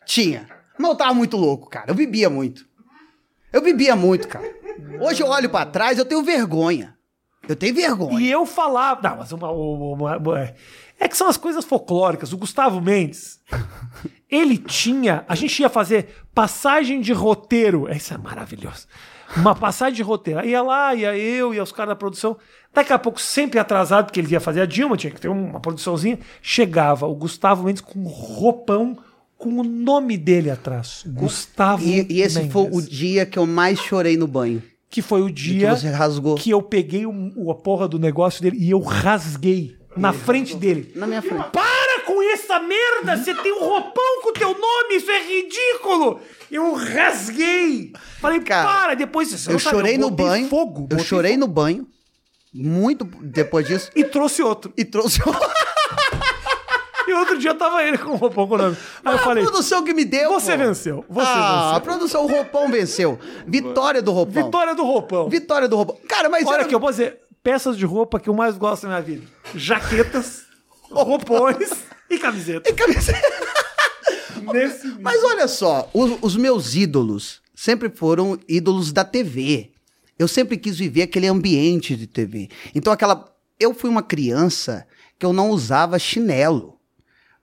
S2: Tinha. Mas eu tava muito louco, cara. Eu bebia muito. Eu bebia muito, cara. Hoje eu olho pra trás, eu tenho vergonha. Eu tenho vergonha.
S1: E eu falava. Não, mas uma, uma- uma- É que são as coisas folclóricas. O Gustavo Mendes. Ele tinha. A gente ia fazer passagem de roteiro. Isso é maravilhoso. Uma passagem de roteiro. Aí ia lá, ia eu, ia os caras da produção. Daqui a pouco, sempre atrasado, porque ele ia fazer a Dilma, tinha que ter uma produçãozinha. Chegava o Gustavo Mendes com um roupão com o nome dele atrás. Gustavo
S2: E, e esse foi o
S1: Mendes.
S2: dia que eu mais chorei no banho.
S1: Que foi o
S2: E
S1: dia
S2: que você rasgou
S1: que eu peguei o- o- a porra do negócio dele e eu rasguei na frente dele.
S2: na minha frente.
S1: Para com essa merda! Você tem um roupão com o teu nome, isso é ridículo! Eu rasguei! Falei,
S2: Cara,
S1: para! Depois você não
S2: Eu
S1: sabe,
S2: chorei no
S1: botei
S2: banho.
S1: Fogo,
S2: eu
S1: botei
S2: chorei
S1: fogo
S2: no banho. Muito depois disso.
S1: E trouxe outro.
S2: E trouxe
S1: E outro dia tava ele com o roupão com o nome. Aí eu falei.
S2: a produção que me deu.
S1: Você
S2: pô.
S1: venceu, você
S2: ah,
S1: venceu.
S2: a produção, o roupão venceu. Vitória do roupão.
S1: Vitória do roupão.
S2: Vitória do roupão. Cara, mas
S1: Olha
S2: era-
S1: que eu posso dizer, peças de roupa que eu mais gosto na minha vida. Jaquetas, roupões e camisetas.
S2: E camiseta-
S1: Nesse
S2: Mas olha só, os, os meus ídolos sempre foram ídolos da TV. Eu sempre quis viver aquele ambiente de TV. Então aquela, eu fui uma criança que eu não usava chinelo.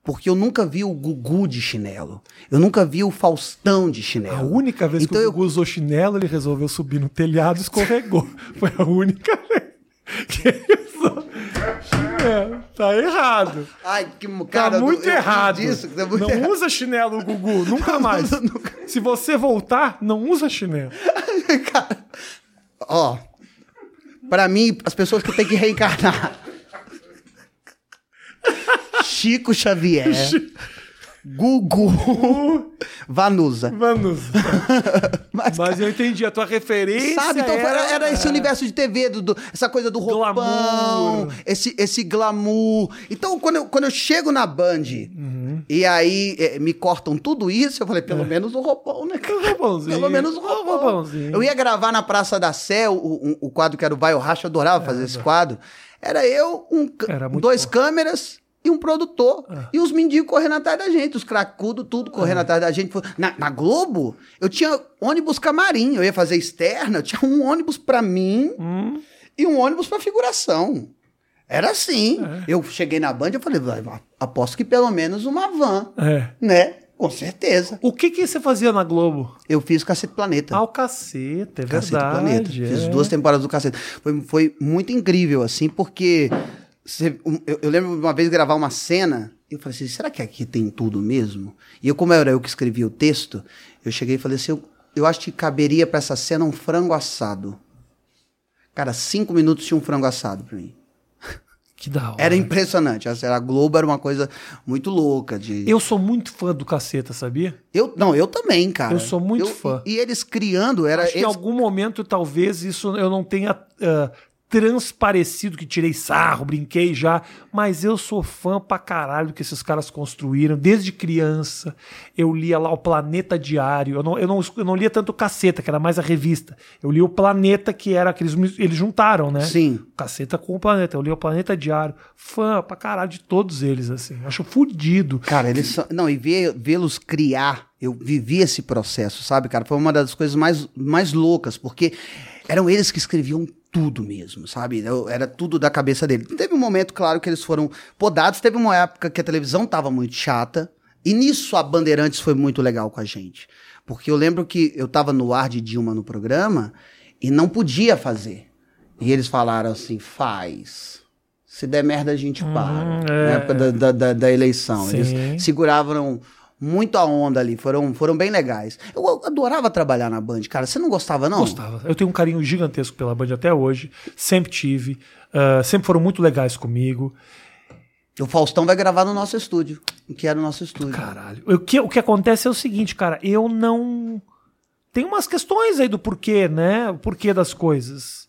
S2: Porque eu nunca vi o Gugu de chinelo. Eu nunca vi o Faustão de chinelo.
S1: A única vez
S2: então
S1: que o
S2: eu
S1: Gugu usou chinelo, ele resolveu subir no telhado e escorregou. Foi a única vez que ele usou chinelo. Tá errado.
S2: Ai, que
S1: Tá
S2: cara, eu-
S1: muito
S2: eu- eu
S1: errado.
S2: disse que tá muito
S1: não
S2: errado.
S1: usa chinelo, Gugu. Nunca mais. Se você voltar, não usa chinelo.
S2: Cara, ó, pra mim, as pessoas que eu tenho que reencarnar. Chico Xavier, Gugu, Vanusa.
S1: Vamos.
S2: Mas,
S1: Mas eu entendi. A tua referência
S2: sabe? Então era, era esse
S1: universo.
S2: universo de TV, do, do- essa coisa do roupão,
S1: Glamour.
S2: Esse, esse glamour. Então, quando eu, quando eu chego na Band e aí eh, me cortam tudo isso, eu falei, pelo menos o roupão, né, cara?
S1: O roupãozinho.
S2: Pelo menos o
S1: O
S2: roupão.
S1: roupãozinho.
S2: Eu ia gravar na Praça da Sé o, o, o quadro que era o Vai o Racha, eu adorava fazer esse quadro. Era eu, um, c-
S1: Era muito
S2: dois
S1: bom. É.
S2: câmeras e um produtor. E os mendigos correndo atrás da gente, os cracudos, tudo correndo atrás da gente. Na, na Globo, eu tinha ônibus camarim, eu ia fazer externa, eu tinha um ônibus pra mim
S1: Hum?
S2: e um ônibus pra figuração. Era assim.
S1: É.
S2: Eu cheguei na Band e falei, "Vai, vai, aposto que pelo menos uma van,
S1: É.
S2: né? Com certeza.
S1: O que, que você fazia na Globo?
S2: Eu fiz Cacete Planeta.
S1: Ah, o cacete, é
S2: Cacete
S1: verdade.
S2: Planeta.
S1: é.
S2: Fiz duas temporadas do Cacete. Foi, foi muito incrível, assim, porque cê- um, eu, eu lembro uma vez gravar uma cena, e eu falei assim, será que aqui tem tudo mesmo? E eu, como era eu que escrevi o texto, eu cheguei e falei assim, eu, eu acho que caberia pra essa cena um frango assado. Cara, cinco minutos tinha um frango assado pra mim.
S1: Que da hora.
S2: Era impressionante. assim, A Globo era uma coisa muito louca de...
S1: Eu sou muito fã do caceta, sabia?
S2: Eu, não, eu também, cara.
S1: Eu sou muito fã.
S2: E, e eles criando, era.
S1: Acho que em
S2: eles-
S1: algum momento, talvez, isso eu não tenha ah, transparecido que tirei sarro, brinquei já, mas eu sou fã pra caralho do que esses caras construíram desde criança. Eu lia lá o Planeta Diário. Eu não, eu não, eu não lia tanto o Caceta, que era mais a revista. Eu lia o Planeta, que era aqueles. Eles juntaram, né?
S2: Sim.
S1: O Caceta com o Planeta. Eu lia o Planeta Diário. Fã pra caralho de todos eles, assim. Acho fudido.
S2: Cara, eles são. Não, e vê- vê-los criar, eu vivi esse processo, sabe, cara? Foi uma das coisas mais, mais loucas, porque eram eles que escreviam tudo mesmo, sabe? Eu- Era tudo da cabeça dele. Teve um momento, claro, que eles foram podados, teve uma época que a televisão tava muito chata, e nisso a Bandeirantes foi muito legal com a gente. Porque eu lembro que eu tava no ar de Dilma no programa e não podia fazer. E eles falaram assim: faz. Se der merda, a gente para. Na
S1: é.
S2: época da, da, da- da eleição.
S1: Sim.
S2: Eles seguravam muito a onda ali, foram, foram bem legais. Eu adorava trabalhar na Band, cara. Você não gostava, não?
S1: Gostava. Eu tenho um carinho gigantesco pela Band até hoje. Sempre tive. Ah, sempre foram muito legais comigo.
S2: O Faustão vai gravar no nosso estúdio, que era o nosso estúdio.
S1: Caralho. O que, o que acontece é o seguinte, cara. Eu não. Tem umas questões aí do porquê, né? O porquê das coisas.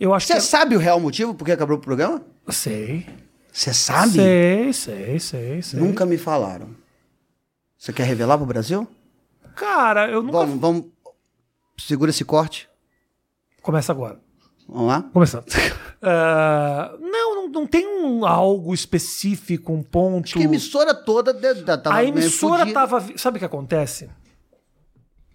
S1: Eu acho
S2: Você
S1: que.
S2: sabe o real motivo por que acabou o programa?
S1: Sei.
S2: Você sabe?
S1: Sei, sei, sei, sei.
S2: Nunca me falaram. Você quer revelar pro Brasil?
S1: Cara, eu nunca.
S2: Vamos, vamos. Segura esse corte.
S1: Começa agora.
S2: Vamos lá?
S1: Começando. Ah, não, não, não tem um algo específico, um ponto.
S2: Acho que é a emissora toda de- da- tava
S1: a
S2: meio
S1: emissora
S2: fudida.
S1: tava. vi- Sabe o que acontece?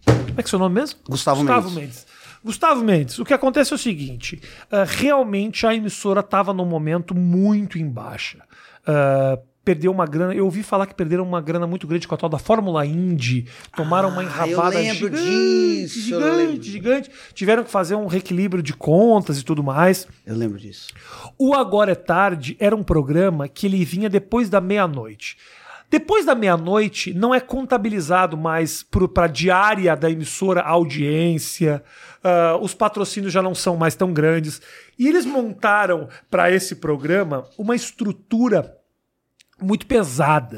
S1: Como é que é seu nome mesmo?
S2: Gustavo Mendes.
S1: Gustavo Mendes, o que acontece é o seguinte: ah, realmente a emissora estava num momento muito em baixa. Ah, perdeu uma grana. Eu ouvi falar que perderam uma grana muito grande com a tal da Fórmula Indy. Tomaram uma
S2: Ah, eu
S1: enrabada
S2: lembro
S1: gigante,
S2: disso, eu
S1: gigante,
S2: lembro.
S1: gigante. Tiveram que fazer um reequilíbrio de contas e tudo mais.
S2: Eu lembro disso.
S1: O Agora é Tarde era um programa que ele vinha depois da meia-noite. Depois da meia-noite, não é contabilizado mais para a diária da emissora a audiência, ah, os patrocínios já não são mais tão grandes. E eles montaram para esse programa uma estrutura muito pesada.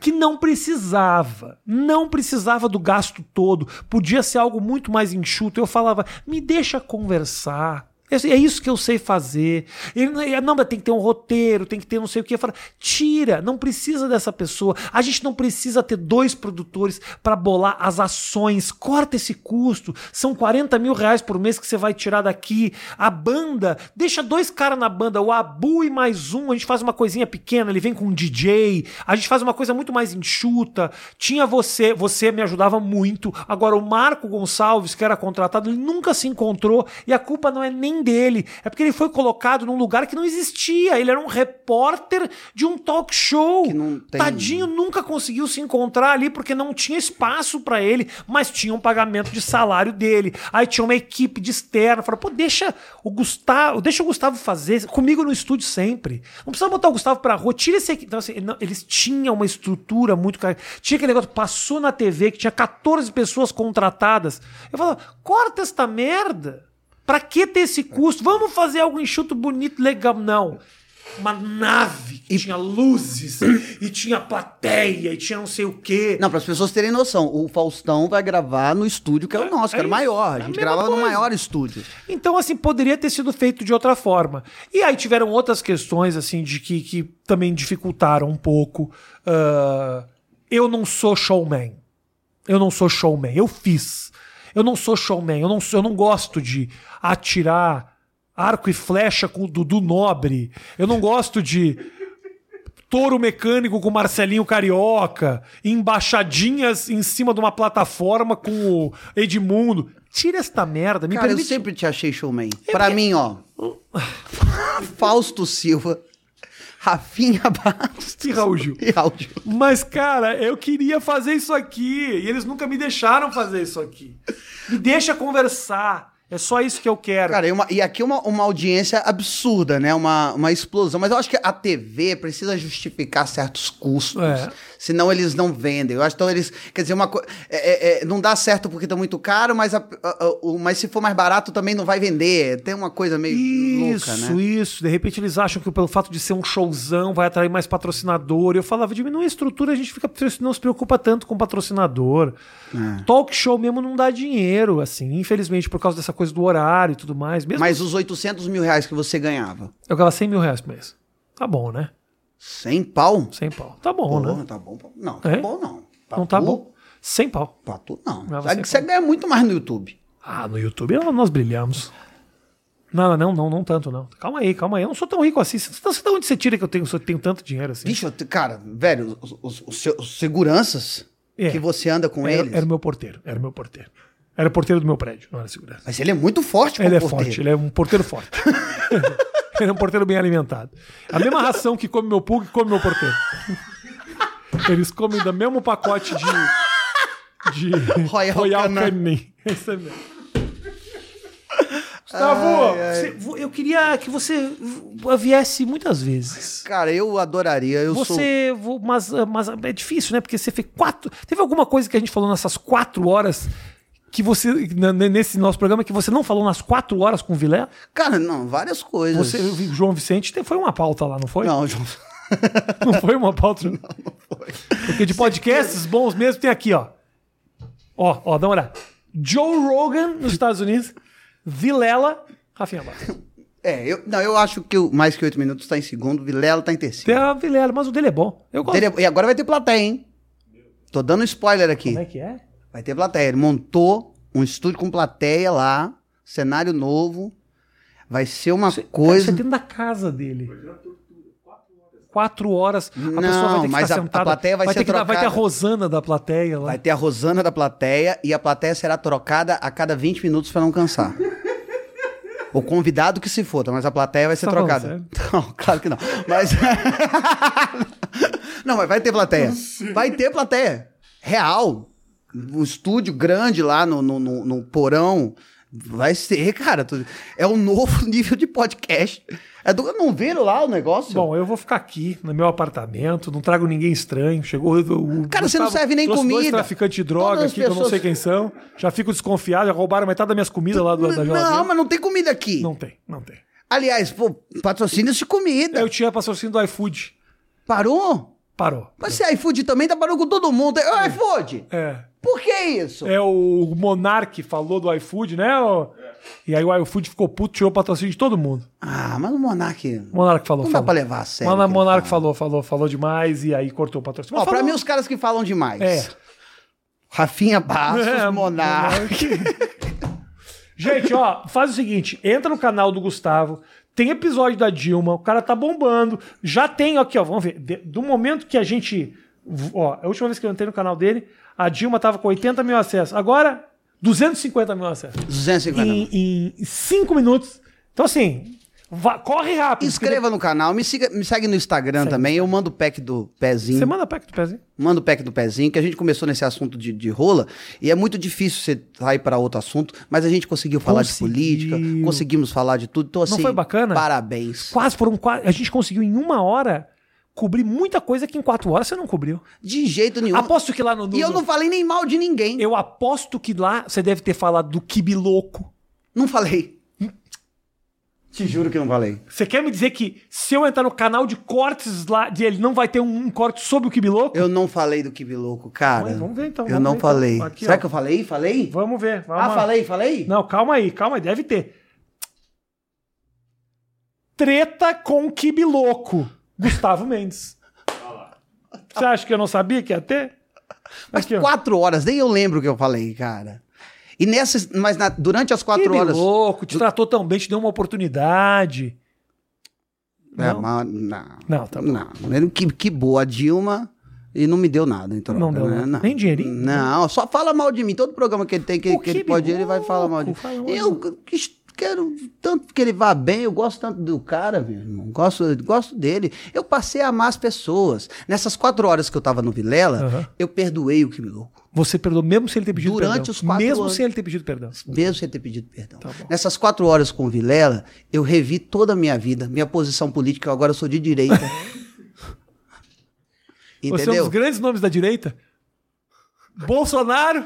S1: Que não precisava, não precisava do gasto todo, podia ser algo muito mais enxuto. Eu falava, me deixa conversar, é é isso que eu sei fazer. Ele não, ele, não, mas tem que ter um roteiro, tem que ter não sei o que. Eu falava, tira, não precisa dessa pessoa, a gente não precisa ter dois produtores para bolar as ações, corta esse custo, são 40 mil reais por mês que você vai tirar daqui. A banda, deixa dois caras na banda, o Abu e mais um, a gente faz uma coisinha pequena, ele vem com um DJ, a gente faz uma coisa muito mais enxuta. Tinha você, você me ajudava muito. Agora, o Marco Gonçalves, que era contratado, ele nunca se encontrou e a culpa não é nem dele, é porque ele foi colocado num lugar que não existia. Ele era um repórter de um talk show.
S2: Que não tem-
S1: Tadinho nunca conseguiu se encontrar ali porque não tinha espaço pra ele, mas tinha um pagamento de salário dele. Aí tinha uma equipe de externa, falou: "Pô, deixa o Gustavo, deixa o Gustavo fazer comigo no estúdio sempre. Não precisa botar o Gustavo pra rua, tira esse aqui". Então assim, não, eles tinham uma estrutura muito cara. Tinha aquele negócio passou na TV que tinha 14 pessoas contratadas. Eu falava: "Corta esta merda". Pra que ter esse custo? Vamos fazer algo enxuto, bonito, legal. Não. Uma nave que tinha luzes e tinha plateia e tinha não sei o quê.
S2: Não, para as pessoas terem noção, o Faustão vai gravar no estúdio que é o nosso, que
S1: é
S2: era o
S1: isso.
S2: maior.
S1: É
S2: A
S1: a
S2: gente
S1: mesma
S2: gravava no
S1: coisa.
S2: maior estúdio.
S1: Então, assim, poderia ter sido feito de outra forma. E aí tiveram outras questões, assim, de que, que também dificultaram um pouco. Ah, eu não sou showman. Eu não sou showman. Eu fiz. Eu não sou showman. Eu não, sou- eu não gosto de atirar arco e flecha com o Dudu Nobre. Eu não gosto de touro mecânico com Marcelinho Carioca, embaixadinhas em cima de uma plataforma com o Edmundo. Tira esta merda. Me
S2: Cara, eu
S1: permite
S2: sempre te achei showman. Pra mim, ó. Fausto Silva, Rafinha Bastos
S1: E Raul Gil.
S2: e áudio.
S1: Mas, cara, eu queria fazer isso aqui. E eles nunca me deixaram fazer isso aqui. Me deixa conversar. É só isso que eu quero.
S2: Cara, e, uma- e aqui uma, uma audiência absurda, né? Uma, uma explosão. Mas eu acho que a TV precisa justificar certos custos.
S1: É.
S2: Senão eles não vendem. Eu acho que então eles. Quer dizer, uma co- é, é, é, não dá certo porque tá muito caro, mas, a- a- a- o- mas se for mais barato também não vai vender. Tem uma coisa meio
S1: isso,
S2: louca, né?
S1: isso. De repente eles acham que pelo fato de ser um showzão vai atrair mais patrocinador. Eu falava, diminui a estrutura, a gente fica não se preocupa
S2: É.
S1: tanto com patrocinador. Talk show mesmo não dá dinheiro, assim, infelizmente, por causa dessa coisa do horário e tudo mais. Mesmo
S2: Mas os 800 mil reais que você ganhava,
S1: Eu ganhava 100 mil reais por mês. Tá bom, né?
S2: sem pau?
S1: 100 pau. Tá bom,
S2: Porra,
S1: né?
S2: tá bom. pra- Não, tá
S1: É?
S2: bom não. Pra
S1: Não tá
S2: tu-
S1: bom. 100 pau.
S2: Pra tu não.
S1: Pra
S2: Sabe
S1: você,
S2: que você ganha muito mais no YouTube.
S1: Ah, no YouTube nós- nós brilhamos. Não, não, não, não tanto, não. Calma aí, calma aí. Eu não sou tão rico assim. Você você- de onde você tira que eu tenho, eu tenho tanto dinheiro assim?
S2: Bicho, eu te- cara, velho, os, os- os seus- os seguranças
S1: É.
S2: que você anda com
S1: era,
S2: eles.
S1: era o meu porteiro, era o meu porteiro. Era o porteiro do meu prédio, não era segurança.
S2: Mas ele é muito forte,
S1: Ele é
S2: porteiro.
S1: forte, ele é um porteiro forte. ele é um porteiro bem alimentado. A mesma ração que come meu pug, come meu porteiro. Eles comem do mesmo pacote de. de
S2: Royal Canin.
S1: Canin. Isso é mesmo. Gustavo, você- vo- eu queria que você v- viesse muitas vezes.
S2: Cara, eu adoraria. Eu sou.
S1: é- Você, vo- mas, mas é difícil, né? Porque você fez quatro. Teve alguma coisa que a gente falou nessas quatro horas que você n- n- nesse nosso programa que você não falou nas quatro horas com o Vilela?
S2: Cara, não, várias coisas.
S1: Você, o João Vicente te- foi uma pauta lá, não foi?
S2: Não, João.
S1: Não foi uma pauta. Não, não foi. Porque de podcasts bons mesmo tem aqui, ó. Ó, ó, dá uma olhada. Joe Rogan nos Estados Unidos, Vilela, Rafinha Bastos.
S2: É, eu, não, eu acho que o mais que oito minutos tá em segundo, Vilela tá em terceiro.
S1: Tem a Vilela, mas o dele é bom. Eu gosto.
S2: Teria- E agora vai ter plateia, hein? Tô dando spoiler aqui.
S1: Como é que é?
S2: Vai ter plateia. Ele montou um estúdio com plateia lá, cenário novo. Vai ser uma
S1: Cara, isso é
S2: coisa.
S1: dentro da casa dele. Quatro horas. A
S2: Não,
S1: pessoa vai ter que
S2: mas
S1: ficar
S2: a- a
S1: sentada.
S2: plateia vai ser
S1: ter que dar- vai ter a
S2: trocada.
S1: Rosana da plateia lá.
S2: Vai ter a Rosana da plateia e a plateia será trocada a cada 20 minutos pra não cansar. O convidado que se foda, mas a plateia vai ser
S1: Tá falando
S2: trocada. Não, claro que não. Mas. não, mas vai ter plateia. Vai ter plateia. Real. Um estúdio grande lá no, no, no- no porão. Vai ser, cara. tu- É um novo nível de podcast. É do... Não viram lá o negócio?
S1: Bom, eu vou ficar aqui no meu apartamento, não trago ninguém estranho. Chegou o- o
S2: Cara, você não serve nem
S1: trouxe dois
S2: comida.
S1: traficantes de droga
S2: Todas as
S1: aqui que eu não sei
S2: pessoas-
S1: quem são. Já fico desconfiado, já roubaram metade das minhas comidas lá do, da geladeira.
S2: não, mas não tem comida aqui.
S1: Não tem, não tem. É,
S2: Aliás, pô, patrocínio de comida.
S1: Eu tinha patrocínio do iFood.
S2: Parou?
S1: Parou.
S2: Mas se a iFood também tá parou com todo mundo. Ô, iFood,
S1: É.
S2: por que isso?
S1: É o Monark falou do iFood, né? ó? E aí o iFood ficou puto, tirou o patrocínio de todo mundo.
S2: Ah, mas o Monark...
S1: O Monark falou,
S2: Não dá
S1: falou.
S2: pra levar a sério.
S1: Mona-
S2: o que ele
S1: Monark
S2: fala.
S1: falou, falou, falou demais e aí cortou o patrocínio.
S2: Ó,
S1: Mas
S2: pra
S1: falou-
S2: mim, os caras que falam demais.
S1: É.
S2: Rafinha Bastos,
S1: É,
S2: Monark.
S1: Gente, ó, faz o seguinte: entra no canal do Gustavo, tem episódio da Dilma, o cara tá bombando. Já tem, aqui, ó, vamos ver. de- do momento que a gente. Ó, é a última vez que eu entrei no canal dele, a Dilma tava com 80 mil acessos. Agora, 250 mil acessos.
S2: 250 mil.
S1: Em, em cinco minutos. Então, assim, vá- corre rápido.
S2: Inscreva no canal, me, siga- me segue no Instagram também. Eu mando o pack do pezinho.
S1: Você manda pack do pezinho.
S2: Manda o pack do pezinho, que a gente começou nesse assunto de, de rola, e é muito difícil você sair para outro assunto, mas a gente conseguiu falar de
S1: Conseguiu.
S2: política, conseguimos falar de tudo. Então, assim,
S1: foi bacana?
S2: parabéns.
S1: Quase foram quase. A gente conseguiu em uma hora cobrir muita coisa que em quatro horas você não cobriu.
S2: De jeito nenhum.
S1: Aposto que lá no. no-
S2: E eu não falei nem mal de ninguém.
S1: eu aposto que lá você deve ter falado do Kibiloco.
S2: Não falei. Te juro que não falei.
S1: Você quer me dizer que se eu entrar no canal de cortes lá dele, não vai ter um, um corte sobre o Kibiloco?
S2: Eu não falei do Kibiloco, cara.
S1: Mas vamos ver então,
S2: Eu
S1: vamos
S2: não
S1: ver então.
S2: falei.
S1: Aqui,
S2: Será
S1: ó.
S2: que eu falei? Falei?
S1: Vamos ver. Vamos
S2: Ah,
S1: lá.
S2: falei, falei?
S1: Não, calma aí, calma aí, deve ter. Treta com o Kibiloco. Gustavo Mendes. Você acha que eu não sabia que ia ter?
S2: Mas
S1: Aqui, ó.
S2: quatro horas, nem eu lembro o que eu falei, cara. E nessas. Mas na- durante as quatro
S1: Que
S2: horas.
S1: louco, te tratou tão bem, te deu uma oportunidade.
S2: É,
S1: Não?
S2: mas- não.
S1: Não, tá bom.
S2: Não. Que, que boa, a Dilma. E não me deu nada, então.
S1: Não deu nada. Nem dinheirinho? né?
S2: Não, só fala mal de mim. Todo programa que ele tem, que,
S1: Pô,
S2: que ele
S1: que
S2: pode ir, ele vai
S1: louco,
S2: falar mal de mim.
S1: fala mal
S2: Eu quis- quero tanto que ele vá bem, eu gosto tanto do cara, meu irmão. Gosto, gosto dele. Eu passei a amar as pessoas. Nessas quatro horas que eu tava no Vilela,
S1: Aham.
S2: eu perdoei o Kimi Louco.
S1: Você perdoou mesmo sem ele ter pedido
S2: Durante
S1: perdão.
S2: os quatro
S1: Mesmo
S2: anos.
S1: sem ele ter pedido perdão.
S2: Mesmo sem ter pedido perdão.
S1: Tá bom.
S2: Nessas quatro horas com o Vilela, eu revi toda a minha vida, minha posição política, eu agora sou de direita.
S1: Você é um dos
S2: Entendeu?
S1: grandes nomes da direita. Bolsonaro,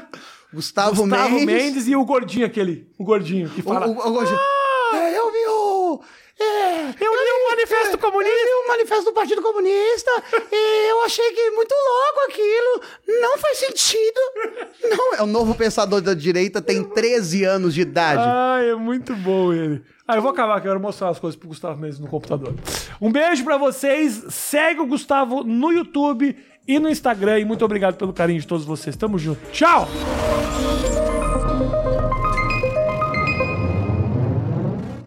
S2: Gustavo,
S1: Gustavo
S2: Mendes.
S1: Mendes. e o gordinho aquele. O gordinho que
S2: O,
S1: fala.
S2: o- o- o- É, eu vi o. É,
S1: Eu li o um manifesto
S2: Eu
S1: Comunista.
S2: li o manifesto do Partido Comunista e eu achei que muito louco aquilo. Não faz sentido. Não, é o novo pensador da direita, tem 13 anos de idade.
S1: Ai, é muito bom ele. Ah, eu vou acabar que eu quero mostrar as coisas pro Gustavo Mendes no computador. Um beijo pra vocês. Segue o Gustavo no YouTube e no Instagram. E muito obrigado pelo carinho de todos vocês. Tamo junto. Tchau!